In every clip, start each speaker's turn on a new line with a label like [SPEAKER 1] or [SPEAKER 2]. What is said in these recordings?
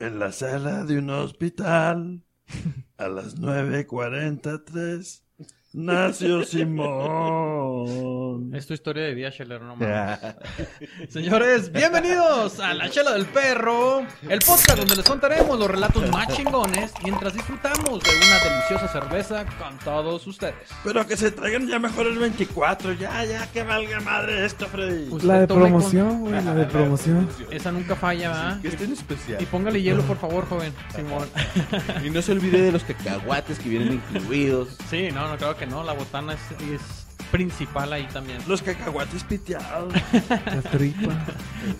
[SPEAKER 1] En la sala de un hospital, a las 9.43, nació Simón.
[SPEAKER 2] Es tu historia de día, Scheller, no mames. Señores, bienvenidos a La Chela del Perro, el podcast donde les contaremos los relatos más chingones mientras disfrutamos de una deliciosa cerveza con todos ustedes.
[SPEAKER 1] Pero que se traigan ya mejor el 24, ya, ya, que valga madre esto, Freddy.
[SPEAKER 2] Usted
[SPEAKER 3] La de
[SPEAKER 2] tome con-
[SPEAKER 3] promoción, güey, la de promoción.
[SPEAKER 2] Esa nunca falla, ¿va?
[SPEAKER 4] Que esté en
[SPEAKER 2] Y
[SPEAKER 4] especial.
[SPEAKER 2] póngale hielo, por favor, joven Simón.
[SPEAKER 4] Y no se olvide de los cacahuates que vienen incluidos.
[SPEAKER 2] Sí, no, no, claro que no. La botana es, es principal ahí también.
[SPEAKER 1] Los cacahuates piteados.
[SPEAKER 3] La tripa.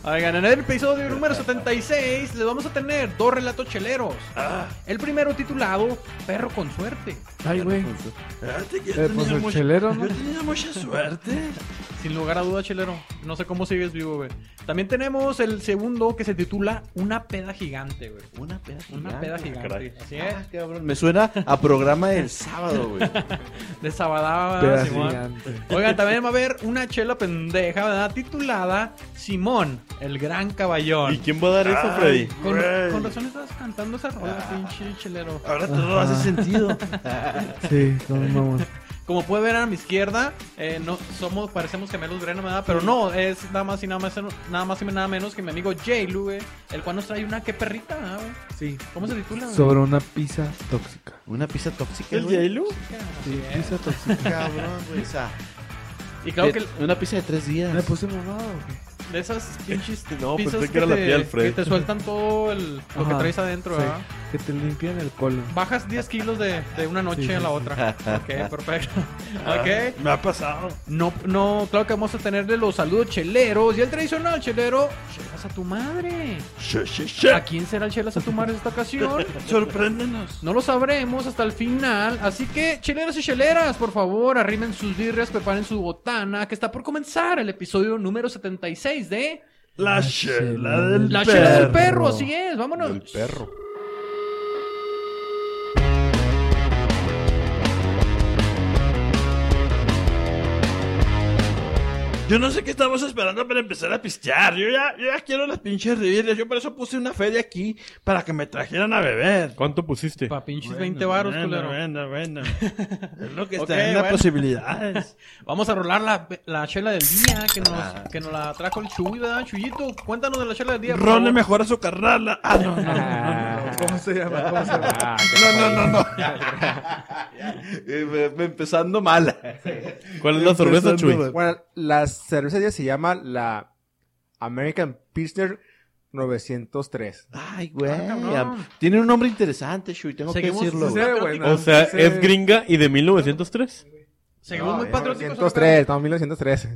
[SPEAKER 2] Oigan, en el episodio número 76 les vamos a tener dos relatos cheleros.
[SPEAKER 1] Ah,
[SPEAKER 2] El primero titulado Perro con Suerte.
[SPEAKER 3] Ay, güey.
[SPEAKER 1] fíjate que yo
[SPEAKER 3] Eh, pues
[SPEAKER 1] tenía
[SPEAKER 3] el
[SPEAKER 1] mucha-
[SPEAKER 3] chelero,
[SPEAKER 1] Yo
[SPEAKER 3] ¿no?
[SPEAKER 1] tenía mucha suerte.
[SPEAKER 2] Sin lugar a duda, chelero. No sé cómo sigues vivo, güey. También tenemos el segundo que se titula Una peda gigante, güey.
[SPEAKER 4] Una peda gigante.
[SPEAKER 2] Una peda gigante.
[SPEAKER 1] caray.
[SPEAKER 2] Así es.
[SPEAKER 4] Ah, cabrón. Me suena a programa del sábado, güey.
[SPEAKER 2] De sabadaba,
[SPEAKER 3] Peda
[SPEAKER 2] Simón.
[SPEAKER 3] gigante.
[SPEAKER 2] Oigan, también va a haber una chela pendeja, ¿verdad? Titulada Simón, el gran caballón.
[SPEAKER 4] quién va a dar
[SPEAKER 1] eso, Freddy?
[SPEAKER 2] Con,
[SPEAKER 1] Ah, Güey.
[SPEAKER 2] con razón estabas cantando esa rola, pinche chelero.
[SPEAKER 1] Ahora todo hace sentido.
[SPEAKER 3] Sí, como vamos.
[SPEAKER 2] Como puede ver a mi izquierda, eh, no somos, parecemos gemelos Breno, ¿verdad? Pero no, es nada más y nada más, nada más y nada menos que mi amigo Jay Lu, güey, el cual nos trae una que perrita, ¿verdad, güey.
[SPEAKER 3] Sí.
[SPEAKER 2] ¿Cómo se titula? güey?
[SPEAKER 3] Sobre una pizza tóxica.
[SPEAKER 4] Una pizza tóxica,
[SPEAKER 1] ¿El
[SPEAKER 4] güey.
[SPEAKER 1] Yailu?
[SPEAKER 3] Sí, eh. pizza tóxica.
[SPEAKER 4] Cabrón, güey. esa.
[SPEAKER 2] Y claro que
[SPEAKER 4] Eh, Una pizza de tres días.
[SPEAKER 3] Me puse mamado, güey.
[SPEAKER 2] de esas pinches
[SPEAKER 4] No,
[SPEAKER 2] pizzas
[SPEAKER 4] pensé que era la
[SPEAKER 2] te,
[SPEAKER 4] tía Alfred.
[SPEAKER 2] que te sueltan todo el, lo que
[SPEAKER 3] Ajá,
[SPEAKER 2] traes adentro,
[SPEAKER 3] sí.
[SPEAKER 2] ¿verdad?
[SPEAKER 3] Que te limpian el colon.
[SPEAKER 2] Bajas 10 kilos de, de una noche
[SPEAKER 3] Sí, sí,
[SPEAKER 2] a la
[SPEAKER 3] sí.
[SPEAKER 2] otra. Ok, perfecto.
[SPEAKER 1] Ah,
[SPEAKER 2] Ok.
[SPEAKER 1] Me ha pasado.
[SPEAKER 2] No, no, claro que vamos a tenerle los saludos cheleros y el tradicional chelero, chelas a tu madre.
[SPEAKER 1] She, she, she.
[SPEAKER 2] ¿A quién será el chelas a tu madre en esta ocasión?
[SPEAKER 1] Sorpréndenos.
[SPEAKER 2] No lo sabremos hasta el final, así que cheleros y cheleras, por favor, arrimen sus birrias, preparen su botana, que está por comenzar el episodio número 76 de
[SPEAKER 1] La chela del
[SPEAKER 2] La
[SPEAKER 1] perro.
[SPEAKER 2] chela del perro, así es, vámonos.
[SPEAKER 4] Del perro.
[SPEAKER 1] Yo no sé qué estamos esperando para empezar a pistear. Yo ya, yo ya quiero las pinches bebidas. Yo por eso puse una feria aquí para que me trajeran a beber.
[SPEAKER 5] ¿Cuánto pusiste?
[SPEAKER 2] Pa' pinches
[SPEAKER 1] Bueno,
[SPEAKER 2] 20 varos,
[SPEAKER 1] bueno,
[SPEAKER 2] culero.
[SPEAKER 1] Bueno, bueno. Es lo que está
[SPEAKER 2] Ok,
[SPEAKER 1] en las
[SPEAKER 2] bueno.
[SPEAKER 1] posibilidades.
[SPEAKER 2] Vamos a rolar la, la chela del día que nos, que nos la trajo el Chuy, ¿verdad? Chuyito, cuéntanos de la chela del día. por
[SPEAKER 1] Ronle
[SPEAKER 2] favor.
[SPEAKER 1] mejor a su carnal. Ah, no, no, no, no.
[SPEAKER 3] ¿Cómo se llama? ¿Cómo se llama?
[SPEAKER 1] No, no, no, no.
[SPEAKER 4] Eh, me- me empezando mal.
[SPEAKER 5] ¿Cuál es la cerveza, Chuy?
[SPEAKER 6] Bueno, la cervecería se llama la American Pilsner 903.
[SPEAKER 4] Ay, güey.
[SPEAKER 2] Ah, cabrón.
[SPEAKER 4] Tiene un nombre interesante, Chuy. Tengo
[SPEAKER 2] Seguimos-
[SPEAKER 4] que decirlo.
[SPEAKER 2] sí,
[SPEAKER 4] güey.
[SPEAKER 2] sí,
[SPEAKER 6] bueno.
[SPEAKER 5] O sea,
[SPEAKER 6] Sí.
[SPEAKER 5] ¿es gringa y de 1903?
[SPEAKER 2] Seguimos
[SPEAKER 6] Ah,
[SPEAKER 2] muy patrióticos.
[SPEAKER 6] 903, estamos en 1903.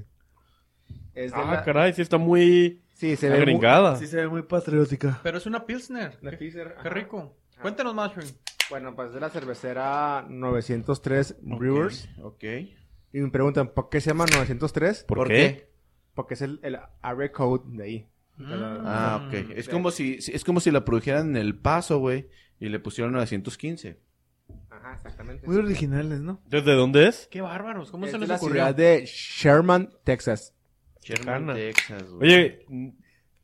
[SPEAKER 6] Es de
[SPEAKER 5] Ah,
[SPEAKER 6] la-
[SPEAKER 5] caray, sí está muy
[SPEAKER 6] Sí, se ve muy-
[SPEAKER 5] agringada.
[SPEAKER 3] Sí se ve muy patriótica.
[SPEAKER 2] Pero es una Pilsner.
[SPEAKER 6] La
[SPEAKER 2] Qué,
[SPEAKER 6] Pilsner,
[SPEAKER 2] qué
[SPEAKER 6] ajá.
[SPEAKER 2] rico. Cuéntanos más, Chuy.
[SPEAKER 6] Bueno, pues de la cervecera 903 Brewers.
[SPEAKER 4] Ok.
[SPEAKER 6] Y me preguntan, ¿por qué se llama 903?
[SPEAKER 5] ¿Por qué?
[SPEAKER 6] Porque es el, el area code de ahí.
[SPEAKER 4] Ah, ok. Es como si, si- es como si la produjeran en El Paso, güey, y le pusieron 915.
[SPEAKER 6] Ajá, exactamente.
[SPEAKER 3] Muy originales, ¿no?
[SPEAKER 5] ¿Desde dónde es?
[SPEAKER 2] Qué bárbaros. ¿Cómo
[SPEAKER 6] Es
[SPEAKER 2] se
[SPEAKER 6] de
[SPEAKER 2] les
[SPEAKER 6] la
[SPEAKER 2] ocurrió?
[SPEAKER 6] ciudad de Sherman, Texas.
[SPEAKER 4] Sherman,
[SPEAKER 5] Chicana.
[SPEAKER 4] Texas, güey.
[SPEAKER 5] Oye, mm,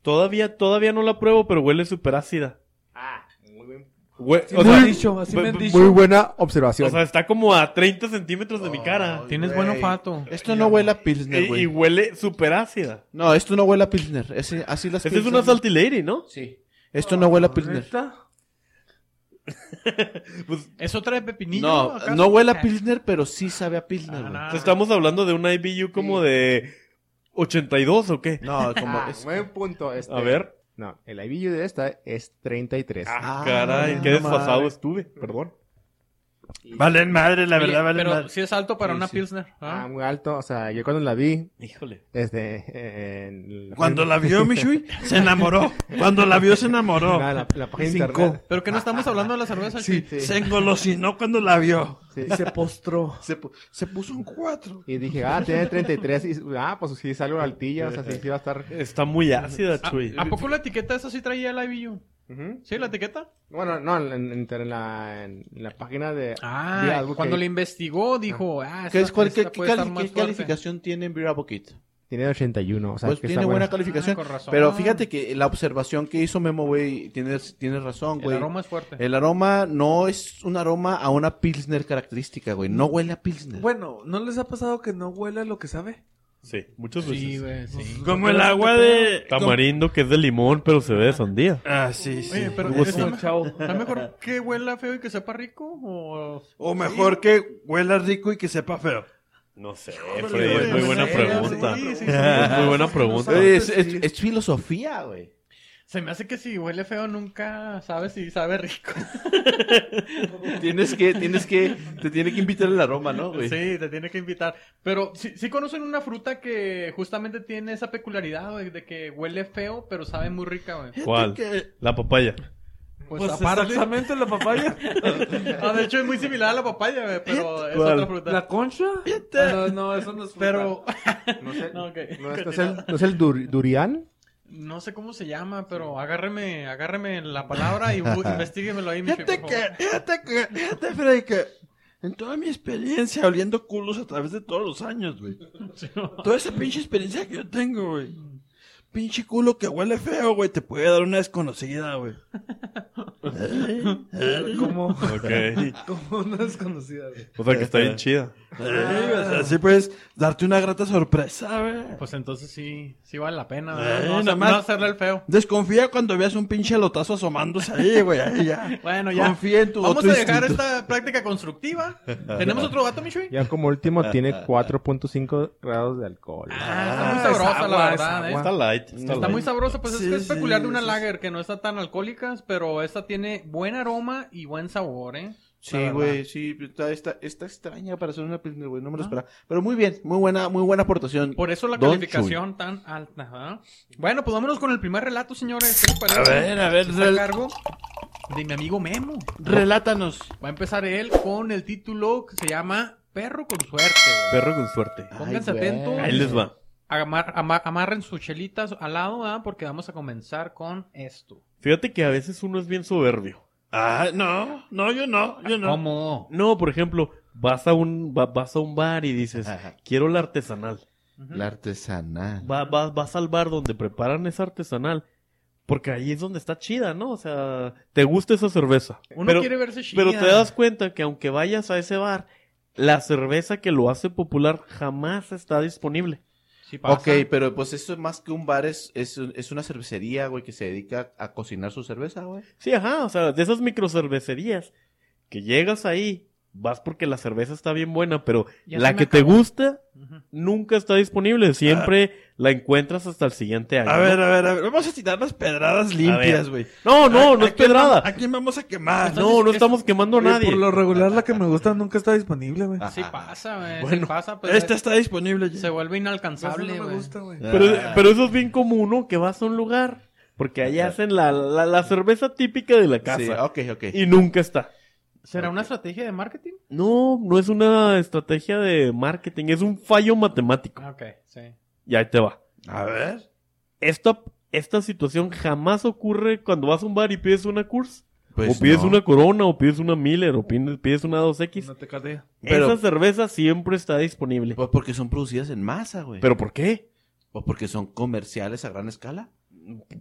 [SPEAKER 5] todavía, todavía no la pruebo, pero huele súper ácida.
[SPEAKER 6] Ah, muy bien.
[SPEAKER 5] Hue-
[SPEAKER 3] Así
[SPEAKER 5] o,
[SPEAKER 3] me han
[SPEAKER 5] sea,
[SPEAKER 3] dicho, así me han
[SPEAKER 5] bu-
[SPEAKER 3] dicho.
[SPEAKER 6] Muy buena
[SPEAKER 5] o
[SPEAKER 6] observación.
[SPEAKER 5] sea, está como a 30 centímetros de mi cara.
[SPEAKER 2] Tienes buen olfato.
[SPEAKER 4] Esto no huele a
[SPEAKER 5] Y,
[SPEAKER 4] Pilsner,
[SPEAKER 5] eh, y
[SPEAKER 4] güey.
[SPEAKER 5] huele súper ácida.
[SPEAKER 4] No, esto no huele a Pilsner. Ese- así las
[SPEAKER 5] Esta es
[SPEAKER 4] Pilsner-
[SPEAKER 5] una salty lady, ¿no?
[SPEAKER 4] Sí. Esto no huele a Pilsner.
[SPEAKER 5] Pues
[SPEAKER 2] ¿Es otra de pepinillo?
[SPEAKER 4] No,
[SPEAKER 2] acaso?
[SPEAKER 4] no huele a Pilsner, pero sí sabe a Pilsner,
[SPEAKER 2] Ah,
[SPEAKER 4] güey.
[SPEAKER 2] nah.
[SPEAKER 5] estamos hablando de una IBU como de 82 o qué.
[SPEAKER 4] No, como...
[SPEAKER 6] Ah,
[SPEAKER 4] es-
[SPEAKER 6] buen punto. Este.
[SPEAKER 5] A ver.
[SPEAKER 6] No, el IBU de esta es 33.
[SPEAKER 5] Ah,
[SPEAKER 4] Ah,
[SPEAKER 5] caray, qué
[SPEAKER 4] no
[SPEAKER 5] desfasado
[SPEAKER 4] mames.
[SPEAKER 5] estuve. Perdón.
[SPEAKER 1] Valen madre, la
[SPEAKER 2] Oye,
[SPEAKER 1] verdad, valen
[SPEAKER 2] pero
[SPEAKER 1] madre.
[SPEAKER 2] si es alto para
[SPEAKER 4] Sí,
[SPEAKER 2] una
[SPEAKER 4] sí.
[SPEAKER 2] Pilsner.
[SPEAKER 6] Ah,
[SPEAKER 2] ¿ah?
[SPEAKER 6] muy alto. O sea, yo cuando la vi,
[SPEAKER 5] Híjole.
[SPEAKER 6] este... eh, en
[SPEAKER 1] Cuando la vio Michuy, se enamoró. Cuando la vio, se
[SPEAKER 6] No,
[SPEAKER 1] enamoró.
[SPEAKER 6] la, la página de
[SPEAKER 3] Cinco.
[SPEAKER 6] internet.
[SPEAKER 2] Pero que no estamos hablando de la cerveza,
[SPEAKER 3] Sí.
[SPEAKER 2] Chuy.
[SPEAKER 1] Se engolosinó cuando la vio.
[SPEAKER 6] Sí.
[SPEAKER 3] Y se postró.
[SPEAKER 4] Se, pu- se puso un 4.
[SPEAKER 6] Y dije, ah, tiene 33. Y, ah, pues sí, es algo altilla. O sea, sí, sí va a estar...
[SPEAKER 5] Está muy ácida,
[SPEAKER 2] Ah,
[SPEAKER 5] Chuy.
[SPEAKER 2] ¿A poco la etiqueta esa sí traía el IBU?
[SPEAKER 6] Ujú.
[SPEAKER 2] ¿Sí, la etiqueta?
[SPEAKER 6] Bueno, no, en, en- en la, en la página de... de
[SPEAKER 2] Ah,
[SPEAKER 6] algo que-
[SPEAKER 2] cuando le investigó dijo, ah,
[SPEAKER 4] ¿Qué,
[SPEAKER 2] esta-
[SPEAKER 4] es, cuál,
[SPEAKER 2] esta
[SPEAKER 4] qué, qué
[SPEAKER 2] puede estar
[SPEAKER 4] cali-
[SPEAKER 2] más
[SPEAKER 4] qué
[SPEAKER 2] fuerte. Ah,
[SPEAKER 4] calificación tiene en Beer Advocate?
[SPEAKER 6] Tiene 81. O sea,
[SPEAKER 4] Pues
[SPEAKER 6] que
[SPEAKER 4] tiene
[SPEAKER 6] está
[SPEAKER 4] buena
[SPEAKER 6] buena.
[SPEAKER 4] calificación.
[SPEAKER 2] Ah, con razón.
[SPEAKER 4] Pero fíjate que la observación que hizo Memo, güey, tienes, tienes razón,
[SPEAKER 2] El
[SPEAKER 4] güey.
[SPEAKER 2] aroma es fuerte.
[SPEAKER 4] El aroma no es un aroma a una Pilsner característica, güey. No huele a Pilsner.
[SPEAKER 3] Bueno, ¿no les ha pasado que no huele a lo que sabe?
[SPEAKER 5] Sí, muchas veces.
[SPEAKER 2] Sí, güey, sí.
[SPEAKER 1] Como el agua de...
[SPEAKER 5] Tamarindo que es de limón, pero se ve de sandía.
[SPEAKER 1] Ah, sí, sí.
[SPEAKER 2] Oye, pero
[SPEAKER 5] Hugo
[SPEAKER 2] ¿es
[SPEAKER 5] sí.
[SPEAKER 2] como- ¿está mejor que huela feo y que sepa rico? O...
[SPEAKER 1] O mejor que huela rico y que sepa feo.
[SPEAKER 5] No sé,
[SPEAKER 1] Freddy,
[SPEAKER 5] es muy buena
[SPEAKER 2] Sí,
[SPEAKER 5] pregunta.
[SPEAKER 2] sí, sí, sí.
[SPEAKER 5] Es muy buena pregunta.
[SPEAKER 4] Oye,
[SPEAKER 2] pues
[SPEAKER 4] es, es- es filosofía, güey.
[SPEAKER 2] Se me hace que si huele feo nunca sabes si sabe rico.
[SPEAKER 4] Tienes que, tienes que, te tiene que invitar el aroma, ¿no, güey?
[SPEAKER 2] Sí, te tiene que invitar. Pero sí, sí conocen una fruta que justamente tiene esa peculiaridad güey, de que huele feo, pero sabe muy rica, güey.
[SPEAKER 1] Fíjate
[SPEAKER 5] ¿Cuál?
[SPEAKER 1] que-
[SPEAKER 5] La papaya.
[SPEAKER 2] Pues, aparte.
[SPEAKER 3] exactamente la papaya.
[SPEAKER 2] Ah, de hecho, es muy similar a la papaya, güey, pero es
[SPEAKER 5] ¿Cuál?
[SPEAKER 2] otra fruta.
[SPEAKER 3] ¿La concha?
[SPEAKER 1] Fíjate.
[SPEAKER 3] Ah, no, no, eso no es fruta.
[SPEAKER 2] Pero
[SPEAKER 6] No sé.
[SPEAKER 2] No, ok.
[SPEAKER 6] No, este es el, ¿no es el dur- durian?
[SPEAKER 2] no sé cómo se llama, pero agárreme, agárreme la palabra y bu- investiguemelo ahí, mi
[SPEAKER 1] Fíjate que, fíjate que, fíjate, Freddy, que en toda mi experiencia oliendo culos a través de todos los años, güey. Toda esa pinche experiencia que yo tengo, güey. Pinche culo que huele feo, güey, te puede dar una desconocida, güey.
[SPEAKER 3] Como,
[SPEAKER 5] Ok.
[SPEAKER 3] como una desconocida. güey.
[SPEAKER 5] O sea que está bien chida.
[SPEAKER 1] Sí, o sea, así puedes darte una grata sorpresa, güey.
[SPEAKER 2] Pues entonces sí, sí vale la pena,
[SPEAKER 1] Eh,
[SPEAKER 2] ¿verdad? no,
[SPEAKER 1] nada
[SPEAKER 2] hacer-
[SPEAKER 1] más.
[SPEAKER 2] no hacerle el feo.
[SPEAKER 1] Desconfía cuando veas un pinche lotazo asomándose ahí, güey. Ahí ya.
[SPEAKER 2] Bueno, ya.
[SPEAKER 1] Confía en tu
[SPEAKER 2] Vamos
[SPEAKER 1] otro
[SPEAKER 2] a dejar
[SPEAKER 1] instinto.
[SPEAKER 2] esta práctica constructiva. ¿Tenemos otro gato, Michui?
[SPEAKER 6] Ya como último tiene 4.5 grados de alcohol.
[SPEAKER 2] Ah,
[SPEAKER 3] Ah,
[SPEAKER 1] pues
[SPEAKER 2] está muy sabrosa,
[SPEAKER 3] es agua,
[SPEAKER 2] la
[SPEAKER 3] es
[SPEAKER 2] verdad, ¿eh?
[SPEAKER 3] agua.
[SPEAKER 5] Está light. Está,
[SPEAKER 2] Está
[SPEAKER 5] light.
[SPEAKER 2] muy sabrosa, pues es
[SPEAKER 1] Sí,
[SPEAKER 2] que es
[SPEAKER 1] sí,
[SPEAKER 2] peculiar de una
[SPEAKER 1] es-
[SPEAKER 2] lager que no está tan alcohólicas, pero esta tiene buen aroma y buen sabor, ¿eh? La
[SPEAKER 4] Sí,
[SPEAKER 2] verdad.
[SPEAKER 4] güey, sí, está, está, está extraña para ser una Pilsner, güey, no me lo esperaba. Pero muy bien, muy buena, muy buena aportación.
[SPEAKER 2] Por eso la
[SPEAKER 4] Don
[SPEAKER 2] calificación tan alta. ¿ah? Bueno, pues vámonos con el primer relato, señores. ¿Qué les
[SPEAKER 1] A
[SPEAKER 2] parece?
[SPEAKER 1] ver, a ver,
[SPEAKER 2] Está a
[SPEAKER 1] rel-
[SPEAKER 2] cargo de mi amigo Memo.
[SPEAKER 1] relátanos.
[SPEAKER 2] Va a empezar él con el título que se llama Perro con suerte. güey.
[SPEAKER 5] Perro con suerte.
[SPEAKER 2] Pónganse
[SPEAKER 4] Ay, güey.
[SPEAKER 2] atentos.
[SPEAKER 5] Ahí les va.
[SPEAKER 2] Amar- ama- amarren sus chelitas al lado, ¿ah? porque vamos a comenzar con esto.
[SPEAKER 5] Fíjate que a veces uno es bien soberbio.
[SPEAKER 1] Ah, no, no, yo no, yo no.
[SPEAKER 2] ¿Cómo?
[SPEAKER 5] No, por ejemplo, vas a un, va- vas a un bar y dices,
[SPEAKER 4] Ajá.
[SPEAKER 5] quiero la artesanal.
[SPEAKER 2] Ujú.
[SPEAKER 4] La artesanal.
[SPEAKER 5] Va, va- vas al bar donde preparan esa artesanal. Porque ahí es donde está chida, ¿no? O sea, te gusta esa cerveza.
[SPEAKER 2] Uno
[SPEAKER 5] pero,
[SPEAKER 2] quiere verse chida.
[SPEAKER 5] pero te das cuenta que aunque vayas a ese bar, la cerveza que lo hace popular jamás está disponible.
[SPEAKER 2] Sí pasa.
[SPEAKER 4] Ok, pero pues eso es más que un bar, es, es, es una cervecería, güey, que se dedica a cocinar su cerveza, güey.
[SPEAKER 5] Sí, ajá, o sea, de esas microcervecerías que llegas ahí, vas porque la cerveza está bien buena, pero
[SPEAKER 2] Ya se
[SPEAKER 5] la
[SPEAKER 2] me
[SPEAKER 5] que te
[SPEAKER 2] acabó.
[SPEAKER 5] gusta
[SPEAKER 2] Ujú.
[SPEAKER 5] nunca está disponible, siempre la encuentras hasta el siguiente año.
[SPEAKER 1] A ver, a ver, a ver. Vamos a tirar las pedradas limpias, güey.
[SPEAKER 5] No, no,
[SPEAKER 1] ¿A-
[SPEAKER 5] no
[SPEAKER 1] a
[SPEAKER 5] es
[SPEAKER 1] quién vam-
[SPEAKER 5] pedrada.
[SPEAKER 1] ¿A quién vamos a quemar?
[SPEAKER 2] Entonces,
[SPEAKER 5] No, no
[SPEAKER 2] es-
[SPEAKER 5] estamos quemando a
[SPEAKER 3] Oye,
[SPEAKER 5] nadie.
[SPEAKER 3] Por lo regular, la que me gusta nunca está disponible, güey.
[SPEAKER 2] Sí pasa, güey.
[SPEAKER 5] Ah. Bueno, este
[SPEAKER 2] sí pasa, pero
[SPEAKER 1] Esta está disponible ya.
[SPEAKER 2] se vuelve
[SPEAKER 3] Esa
[SPEAKER 2] inalcanzable,
[SPEAKER 3] no me
[SPEAKER 2] güey.
[SPEAKER 3] gusta, güey.
[SPEAKER 5] Pero,
[SPEAKER 4] Ah,
[SPEAKER 5] pero eso es bien común, ¿no? Que vas a un lugar, porque ahí hacen la, la, la cerveza típica de la
[SPEAKER 4] Sí,
[SPEAKER 5] casa.
[SPEAKER 4] ok, ok.
[SPEAKER 5] Y nunca está.
[SPEAKER 2] ¿Será una estrategia de marketing?
[SPEAKER 5] No, no es una estrategia de marketing, es un fallo matemático.
[SPEAKER 2] Ok, sí.
[SPEAKER 5] Y ahí te va.
[SPEAKER 1] A ver.
[SPEAKER 5] Esta, esta situación jamás ocurre cuando vas a un bar y pides una Curse.
[SPEAKER 4] Pues
[SPEAKER 5] o pides
[SPEAKER 4] no.
[SPEAKER 5] una Corona, o pides una Miller, o pides, pides una 2X.
[SPEAKER 3] No te cadea.
[SPEAKER 5] Esa
[SPEAKER 4] Pero-
[SPEAKER 5] cerveza siempre está disponible.
[SPEAKER 4] Pues porque son producidas en masa, güey.
[SPEAKER 5] ¿Pero por qué?
[SPEAKER 4] Pues porque son comerciales a gran escala.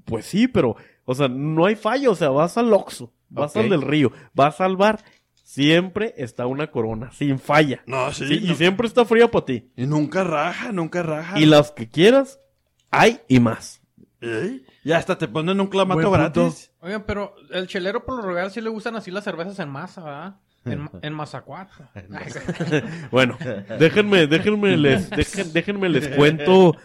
[SPEAKER 5] Pues sí, pero, o sea, no hay fallo. O sea, vas al Oxxo, vas
[SPEAKER 4] Ok.
[SPEAKER 5] al del Río, vas al bar. Siempre está una corona, sin falla.
[SPEAKER 1] No, sí.
[SPEAKER 5] Sí,
[SPEAKER 1] no.
[SPEAKER 5] Y siempre está fría para ti.
[SPEAKER 1] Y nunca raja, nunca raja.
[SPEAKER 5] Y
[SPEAKER 4] Ah.
[SPEAKER 5] las que quieras, hay y más.
[SPEAKER 1] ¿Eh? Y hasta te ponen un clamato
[SPEAKER 3] Buen punto.
[SPEAKER 1] gratis.
[SPEAKER 2] Oigan, pero el chelero por lo regular sí le gustan así las cervezas en masa, ¿verdad? En, ma- en Mazacuat.
[SPEAKER 5] Bueno, déjenme, déjenme les, dejen- déjenme les cuento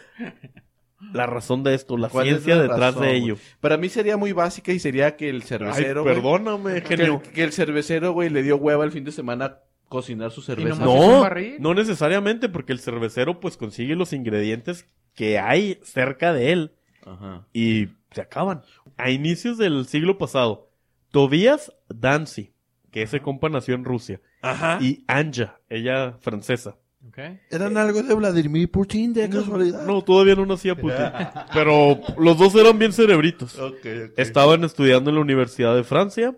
[SPEAKER 5] la razón de esto, la
[SPEAKER 4] ¿Cuál es
[SPEAKER 5] ciencia
[SPEAKER 4] la
[SPEAKER 5] detrás
[SPEAKER 4] razón,
[SPEAKER 5] de
[SPEAKER 4] güey?
[SPEAKER 5] ello.
[SPEAKER 4] Para mí sería muy básica y sería que el cervecero, güey,
[SPEAKER 5] perdóname,
[SPEAKER 4] que, el, que el cervecero, güey, le dio hueva el fin de semana a cocinar su cerveza.
[SPEAKER 2] nomás- ¿Es un
[SPEAKER 5] No,
[SPEAKER 2] barril?
[SPEAKER 5] no necesariamente, porque el cervecero pues consigue los ingredientes que hay cerca de él.
[SPEAKER 4] Ajá.
[SPEAKER 5] y se acaban. A inicios del siglo pasado, Tobias Dancy, que ese compa nació en Rusia,
[SPEAKER 4] Ah.
[SPEAKER 1] Ajá.
[SPEAKER 5] y Anja, ella francesa.
[SPEAKER 2] ¿Ok?
[SPEAKER 1] ¿Eran algo de Vladimir Putin de casualidad?
[SPEAKER 5] No, todavía no nacía Putin. Pero los dos eran bien cerebritos. Estaban estudiando en la Universidad de Francia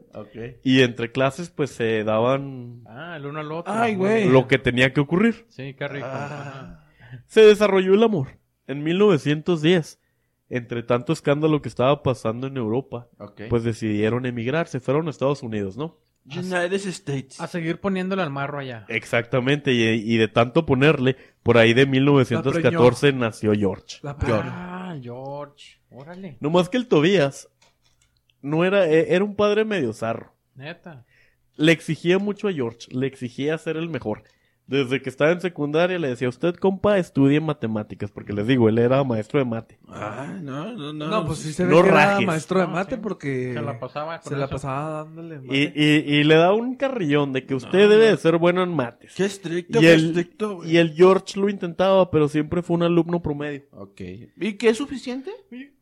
[SPEAKER 5] y entre clases pues se daban
[SPEAKER 2] Ah, el uno al otro.
[SPEAKER 3] Ay,
[SPEAKER 2] Muy
[SPEAKER 3] güey.
[SPEAKER 2] bien.
[SPEAKER 5] lo que tenía que ocurrir.
[SPEAKER 2] Sí, qué rico.
[SPEAKER 1] Ah.
[SPEAKER 5] Se desarrolló el amor. en 1910, entre tanto escándalo que estaba pasando en Europa,
[SPEAKER 4] Ok.
[SPEAKER 5] pues decidieron emigrar, se fueron a Estados Unidos, ¿no?
[SPEAKER 1] United States.
[SPEAKER 2] A seguir poniéndole al marro
[SPEAKER 5] Eh,
[SPEAKER 2] allá.
[SPEAKER 5] Exactamente, y, y de tanto ponerle, por ahí de 1914 nació George.
[SPEAKER 3] La
[SPEAKER 2] Ah, George. Órale.
[SPEAKER 5] No más que el Tobías no era, e- era un padre medio zarro.
[SPEAKER 2] Neta.
[SPEAKER 5] Le exigía mucho a George, le exigía ser el mejor. Desde que estaba en secundaria le decía, usted compa, estudie matemáticas, porque les digo, él era maestro de mate.
[SPEAKER 1] Ah, no, no, no.
[SPEAKER 3] No, pues sí se ve
[SPEAKER 5] No
[SPEAKER 3] que era
[SPEAKER 5] rajes.
[SPEAKER 3] maestro de
[SPEAKER 2] No,
[SPEAKER 3] mate
[SPEAKER 2] sí.
[SPEAKER 3] porque
[SPEAKER 2] Se la pasaba. con
[SPEAKER 3] se la
[SPEAKER 2] eso.
[SPEAKER 3] pasaba dándole mate.
[SPEAKER 5] Y, y- y le da un carrillón de que usted debe de ser bueno en mates.
[SPEAKER 1] Qué estricto,
[SPEAKER 5] Y
[SPEAKER 1] qué
[SPEAKER 5] el-
[SPEAKER 1] estricto, güey.
[SPEAKER 5] Y el George lo intentaba, pero siempre fue un alumno promedio.
[SPEAKER 4] Ok. ¿Y qué es suficiente?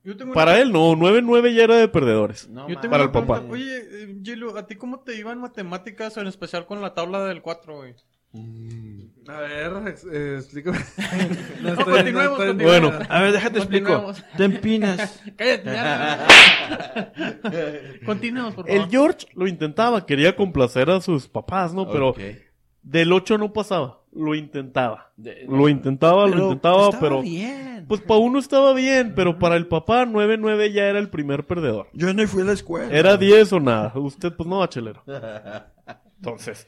[SPEAKER 2] Yo tengo una-
[SPEAKER 5] Para él no, 9-9 ya era de perdedores.
[SPEAKER 4] No,
[SPEAKER 2] yo tengo una
[SPEAKER 5] para el papá.
[SPEAKER 2] pregunta. Oye, eh, Gilo, ¿a ti cómo te iban matemáticas, en especial con la tabla del 4, güey?
[SPEAKER 1] Mm.
[SPEAKER 3] A ver, ex- eh, explícame. No estoy-
[SPEAKER 2] continuemos,
[SPEAKER 3] no estoy-
[SPEAKER 2] continuemos.
[SPEAKER 5] Bueno,
[SPEAKER 1] A ver, déjate explico.
[SPEAKER 2] Continuemos.
[SPEAKER 1] Te empinas.
[SPEAKER 2] Cállate. ya. Continuemos, por favor.
[SPEAKER 5] El George lo intentaba, quería complacer a sus papás, ¿no? Pero
[SPEAKER 4] Ok.
[SPEAKER 5] del 8 no pasaba, lo intentaba.
[SPEAKER 4] De-
[SPEAKER 5] Lo intentaba, lo intentaba,
[SPEAKER 1] estaba
[SPEAKER 5] pero...
[SPEAKER 1] bien.
[SPEAKER 5] Pues para uno estaba bien, pero para el papá 9-9 ya era el primer perdedor.
[SPEAKER 1] Yo no fui a la escuela.
[SPEAKER 5] Era 10 o nada. Usted, pues no, bachelero. Entonces,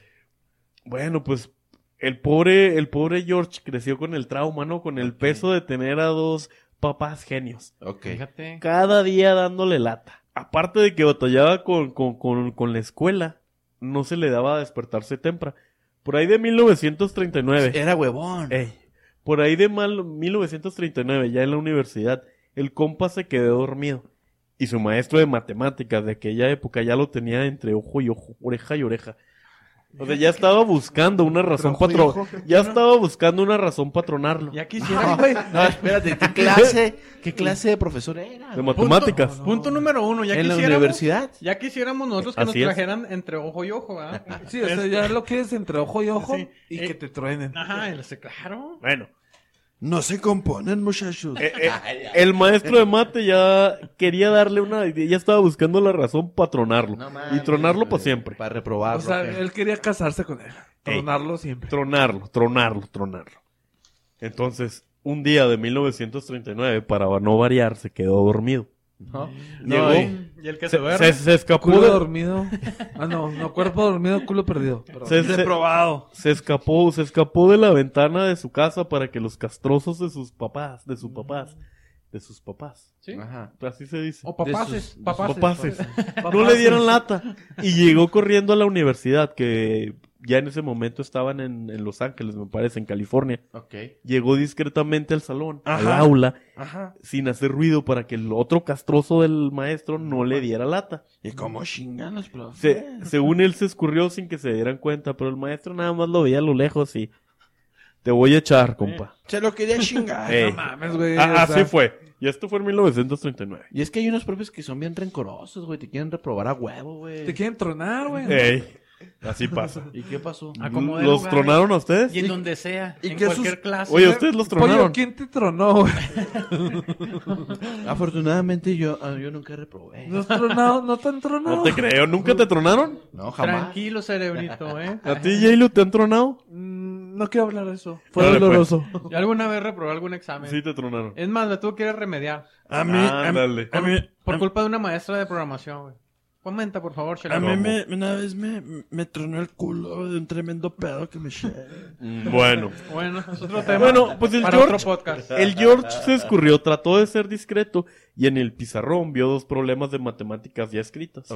[SPEAKER 5] bueno, pues el pobre, el pobre George creció con el trauma, ¿no? Con el peso de tener a dos papás genios.
[SPEAKER 4] Ok.
[SPEAKER 2] Fíjate.
[SPEAKER 5] Cada día dándole lata. Aparte de que batallaba con, con- con- con la escuela, no se le daba a despertarse temprano. Por ahí de 1939.
[SPEAKER 1] Era huevón.
[SPEAKER 5] Ey, por ahí de mal 1939, ya en la universidad, el compa se quedó dormido. Y su maestro de matemáticas de aquella época ya lo tenía entre ojo y ojo, oreja y oreja. O sea, ya estaba buscando una razón
[SPEAKER 6] Entre ojo y
[SPEAKER 5] patro- Ya estaba buscando una razón patronarlo.
[SPEAKER 2] Ya quisiera.
[SPEAKER 4] No, espérate, ¿qué clase, qué clase de profesor era?
[SPEAKER 5] De
[SPEAKER 4] güey?
[SPEAKER 5] matemáticas.
[SPEAKER 2] Punto número uno. Ya
[SPEAKER 4] ¿En la
[SPEAKER 2] quisiéramos-
[SPEAKER 4] universidad?
[SPEAKER 2] Ya quisiéramos nosotros que
[SPEAKER 5] Así
[SPEAKER 2] nos
[SPEAKER 5] es.
[SPEAKER 2] trajeran entre ojo y ojo, ¿verdad?
[SPEAKER 3] Sí, o sea, ya lo que es entre ojo y ojo
[SPEAKER 2] Sí.
[SPEAKER 3] y
[SPEAKER 2] Eh,
[SPEAKER 3] que te truenen.
[SPEAKER 2] Ajá, el- claro.
[SPEAKER 5] Bueno,
[SPEAKER 1] No se componen, muchachos.
[SPEAKER 5] eh, eh, el maestro de mate ya quería darle una. Ya estaba buscando la razón patronarlo.
[SPEAKER 4] No
[SPEAKER 5] y
[SPEAKER 4] mames,
[SPEAKER 5] tronarlo
[SPEAKER 4] güey,
[SPEAKER 5] para siempre.
[SPEAKER 4] Para reprobarlo.
[SPEAKER 3] O sea,
[SPEAKER 4] güey.
[SPEAKER 3] él quería casarse con él, tronarlo siempre.
[SPEAKER 5] Tronarlo, tronarlo, tronarlo. Entonces, un día de 1939, para no variar, se quedó dormido.
[SPEAKER 4] ¿No?
[SPEAKER 5] Llegó,
[SPEAKER 2] Y el que se,
[SPEAKER 5] se,
[SPEAKER 2] duerme.
[SPEAKER 5] se- se escapó
[SPEAKER 3] Culo
[SPEAKER 5] de-
[SPEAKER 3] dormido. Ah, no, no, cuerpo dormido, culo perdido. Perdón.
[SPEAKER 5] se, se- se escapó, se escapó de la ventana de su casa para que los castrosos de sus papás, de sus papás, de sus papás,
[SPEAKER 2] ¿Sí?
[SPEAKER 4] Ajá.
[SPEAKER 5] así se dice,
[SPEAKER 2] O papaces. Papaces.
[SPEAKER 5] papaces, no
[SPEAKER 3] Papás,
[SPEAKER 5] le dieron lata. Y llegó corriendo a la universidad, que ya en ese momento estaban en, en Los Ángeles, me parece, en California.
[SPEAKER 4] Ok.
[SPEAKER 5] Llegó discretamente al salón, al
[SPEAKER 1] Ajá.
[SPEAKER 5] aula,
[SPEAKER 1] Ajá.
[SPEAKER 5] sin hacer ruido para que el otro castroso del maestro no le diera lata.
[SPEAKER 1] ¿Y cómo chingan los profes?
[SPEAKER 5] Se- según él se escurrió sin que se dieran cuenta, pero el maestro nada más lo veía a lo lejos y te voy a echar, compa.
[SPEAKER 1] Se lo quería chingar.
[SPEAKER 5] Ey.
[SPEAKER 1] no mames.
[SPEAKER 3] Mames, güey.
[SPEAKER 5] Ah,
[SPEAKER 3] o
[SPEAKER 5] así
[SPEAKER 3] sea,
[SPEAKER 5] fue. Y esto fue en 1939.
[SPEAKER 4] Y es que hay unos profes que son bien rencorosos, güey. Te quieren reprobar a huevo,
[SPEAKER 3] Te
[SPEAKER 4] güey.
[SPEAKER 3] quieren tronar, güey.
[SPEAKER 5] Ey, así pasa.
[SPEAKER 4] ¿Y qué pasó?
[SPEAKER 2] Acomode
[SPEAKER 5] ¿Los
[SPEAKER 2] lugares.
[SPEAKER 5] tronaron a ustedes?
[SPEAKER 2] Y en donde sea.
[SPEAKER 1] ¿Y
[SPEAKER 2] en
[SPEAKER 1] qué
[SPEAKER 2] cualquier
[SPEAKER 1] sus-
[SPEAKER 2] clase.
[SPEAKER 5] Oye, ¿ustedes los
[SPEAKER 3] Pollo,
[SPEAKER 5] tronaron?
[SPEAKER 3] ¿quién te tronó, güey?
[SPEAKER 4] Afortunadamente yo, ah, yo nunca reprobé.
[SPEAKER 3] ¿No, has tronado, ¿No te han tronado?
[SPEAKER 5] No te creo, ¿nunca te tronaron?
[SPEAKER 4] No, jamás.
[SPEAKER 2] Tranquilo, cerebrito, ¿eh?
[SPEAKER 5] ¿A ti, Jailu, te han tronado?
[SPEAKER 3] Mm, no quiero hablar de eso. Fue
[SPEAKER 5] Dale,
[SPEAKER 3] doloroso.
[SPEAKER 2] Yo alguna vez reprobé algún examen.
[SPEAKER 5] Sí, te tronaron.
[SPEAKER 2] Es más, la tuve que ir a remediar.
[SPEAKER 1] A mí, a, mí-
[SPEAKER 5] Ándale.
[SPEAKER 1] a mí,
[SPEAKER 2] Por culpa de una maestra de programación, güey. Comenta, por favor, Chelo.
[SPEAKER 1] a mí me, una vez me, me tronó el culo de un tremendo pedo que me eché.
[SPEAKER 5] Mm, Bueno.
[SPEAKER 2] Bueno, es otro tema.
[SPEAKER 5] Bueno, pues el
[SPEAKER 2] para
[SPEAKER 5] George-
[SPEAKER 2] otro podcast.
[SPEAKER 5] El George se escurrió, trató de ser discreto y en el pizarrón vio dos problemas de matemáticas ya escritas.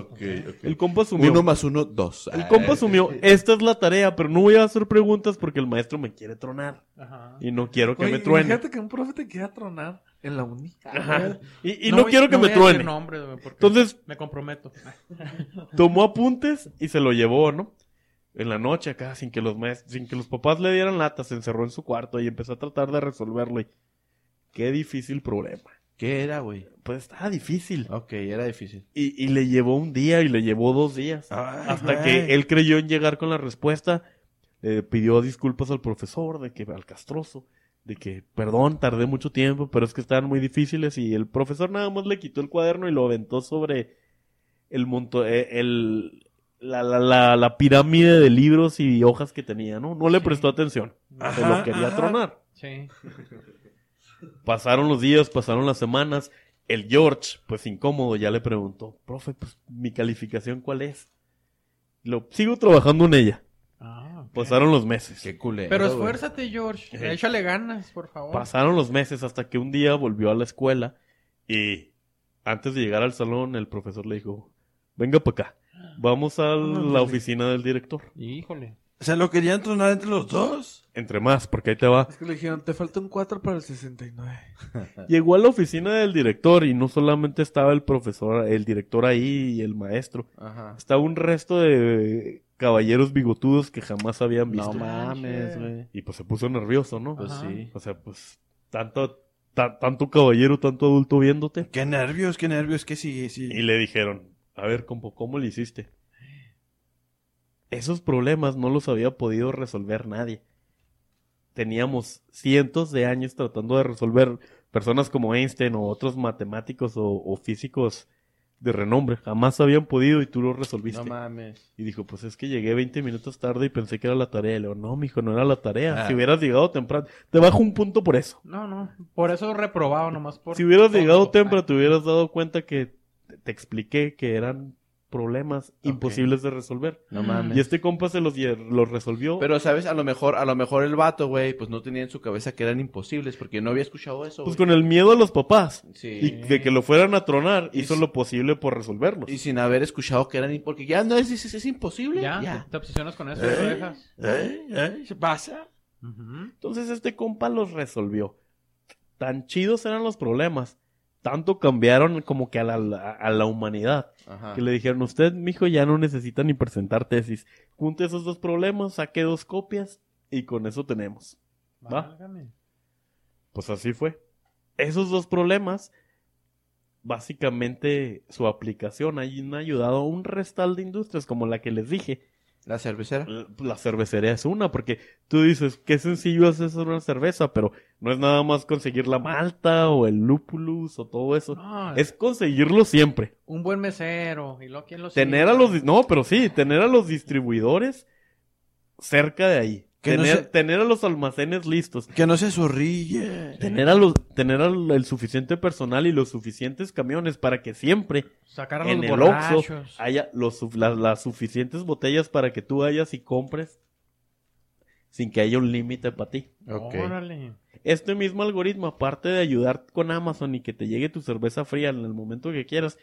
[SPEAKER 5] El compa asumió.
[SPEAKER 4] Uno más uno, dos.
[SPEAKER 5] El compa asumió, esta es la tarea, pero no voy a hacer preguntas porque el maestro me quiere tronar.
[SPEAKER 2] Ajá.
[SPEAKER 5] Y no quiero que
[SPEAKER 3] Güey,
[SPEAKER 5] me truene.
[SPEAKER 3] Fíjate que un profe te quiera tronar en la uni.
[SPEAKER 5] Ajá. Y, y no, quiero que
[SPEAKER 2] no voy a
[SPEAKER 5] me
[SPEAKER 2] decir
[SPEAKER 5] truene.
[SPEAKER 2] nombres, güey, porque
[SPEAKER 5] Entonces-
[SPEAKER 2] me comprometo.
[SPEAKER 5] Tomó apuntes y se lo llevó, ¿no? En la noche acá, sin que los maest- sin que los papás le dieran lata, se encerró en su cuarto y empezó a tratar de resolverlo. Y... Qué difícil problema.
[SPEAKER 4] ¿Qué era, güey?
[SPEAKER 5] Pues estaba difícil.
[SPEAKER 4] Ok, era difícil.
[SPEAKER 5] Y, y le llevó un día y le llevó dos días. Hasta que él creyó en llegar con la respuesta, le pidió disculpas al profesor, de que al castroso, de que perdón, tardé mucho tiempo, pero es que estaban muy difíciles y el profesor nada más le quitó el cuaderno y lo aventó sobre el monto, eh, el la, la, la, la pirámide de libros y hojas que tenía, ¿no? No le prestó atención. Se lo quería tronar.
[SPEAKER 2] Sí.
[SPEAKER 5] Pasaron los días, pasaron las semanas. El George, pues incómodo, ya le preguntó, profe, pues mi calificación cuál es. Lo sigo trabajando en ella.
[SPEAKER 2] Ah, ok.
[SPEAKER 5] Pasaron los meses.
[SPEAKER 4] Qué culero.
[SPEAKER 2] Pero
[SPEAKER 4] güey.
[SPEAKER 2] esfuérzate, George.
[SPEAKER 5] Eh.
[SPEAKER 2] Échale ganas, por favor.
[SPEAKER 5] Pasaron los meses hasta que un día volvió a la escuela y antes de llegar al salón el profesor le dijo, venga para acá, vamos a la oficina del director.
[SPEAKER 2] Híjole.
[SPEAKER 1] ¿Se lo querían tronar entre los dos?
[SPEAKER 5] Entre más, porque ahí te va.
[SPEAKER 3] Es que le dijeron, te falta un 4 para el 69.
[SPEAKER 5] Llegó a la oficina del director y no solamente estaba el profesor, el director ahí y el maestro,
[SPEAKER 4] Ajá.
[SPEAKER 5] estaba un resto de caballeros bigotudos que jamás habían visto.
[SPEAKER 4] No mames, güey.
[SPEAKER 5] y pues se puso nervioso, ¿no?
[SPEAKER 4] Pues
[SPEAKER 2] Ajá.
[SPEAKER 4] sí.
[SPEAKER 5] O sea, pues tanto, ta- tanto caballero, tanto adulto viéndote.
[SPEAKER 1] Qué nervios, qué nervios, que sí, sí.
[SPEAKER 5] Y le dijeron, a ver, compo, ¿cómo le hiciste? Esos problemas no los había podido resolver nadie. Teníamos cientos de años tratando de resolver personas como Einstein o otros matemáticos o, o físicos de renombre. Jamás habían podido y tú lo resolviste.
[SPEAKER 4] No mames.
[SPEAKER 5] y dijo, pues es que llegué 20 minutos tarde y pensé que era la tarea. Y le digo, no, mijo, no era la tarea. Si hubieras llegado temprano, te bajo un punto por eso.
[SPEAKER 2] No, no. Por eso reprobado, nomás por.
[SPEAKER 5] Si hubieras
[SPEAKER 2] tonto.
[SPEAKER 5] llegado temprano, te hubieras dado cuenta que te- te expliqué que eran problemas imposibles de resolver.
[SPEAKER 4] No
[SPEAKER 5] Y
[SPEAKER 4] mames.
[SPEAKER 5] este compa se los, lle- los resolvió.
[SPEAKER 4] Pero, ¿sabes? A lo mejor, a lo mejor el vato, güey, pues no tenía en su cabeza que eran imposibles porque no había escuchado eso,
[SPEAKER 5] pues
[SPEAKER 4] güey.
[SPEAKER 5] con el miedo a los papás y
[SPEAKER 4] Sí.
[SPEAKER 5] de que lo fueran a tronar,
[SPEAKER 4] Y
[SPEAKER 5] hizo
[SPEAKER 4] si-
[SPEAKER 5] lo posible por resolverlos.
[SPEAKER 4] Y, sin haber escuchado que eran imposibles. Porque ya no es, es, es imposible.
[SPEAKER 2] Ya,
[SPEAKER 4] Ya.
[SPEAKER 2] Te, te obsesionas con eso,
[SPEAKER 1] ¿Eh?
[SPEAKER 2] lo dejas.
[SPEAKER 1] ¿Eh? ¿Eh? ¿Se pasa?
[SPEAKER 2] Ujú.
[SPEAKER 5] Entonces este compa los resolvió. Tan chidos eran los problemas. Tanto cambiaron como que a la, a la humanidad.
[SPEAKER 4] Ajá.
[SPEAKER 5] Que le dijeron, usted, mijo, ya no necesita ni presentar tesis. Junte esos dos problemas, saque dos copias y con eso tenemos.
[SPEAKER 4] Ah,
[SPEAKER 5] Va.
[SPEAKER 2] Válgame.
[SPEAKER 5] Pues así fue. Esos dos problemas, básicamente su aplicación han ayudado a un restal de industrias como la que les dije.
[SPEAKER 4] La cervecera.
[SPEAKER 5] Eh, La cervecería es una, porque tú dices, qué sencillo es hacer una cerveza, pero no es nada más conseguir la malta o el lúpulus o todo eso.
[SPEAKER 2] No,
[SPEAKER 5] Es conseguirlo siempre.
[SPEAKER 2] un buen mesero. Y luego, ¿quién lo
[SPEAKER 5] Tener
[SPEAKER 2] sirve?
[SPEAKER 5] a los... dis- No, pero sí, tener a los distribuidores cerca de ahí.
[SPEAKER 1] Que no
[SPEAKER 5] Tener,
[SPEAKER 1] se-
[SPEAKER 5] tener a los almacenes listos.
[SPEAKER 1] Que no se zorrille.
[SPEAKER 5] Tener, a los, tener al- el suficiente personal y los suficientes camiones para que siempre
[SPEAKER 2] Sacar a los
[SPEAKER 5] en el
[SPEAKER 2] borrachos.
[SPEAKER 5] Oxxo haya los, suf- las, las suficientes botellas para que tú vayas y compres sin que haya un límite para ti.
[SPEAKER 4] Ok.
[SPEAKER 2] Órale.
[SPEAKER 5] Este mismo algoritmo, aparte de ayudar con Amazon y que te llegue tu cerveza fría en el momento que quieras,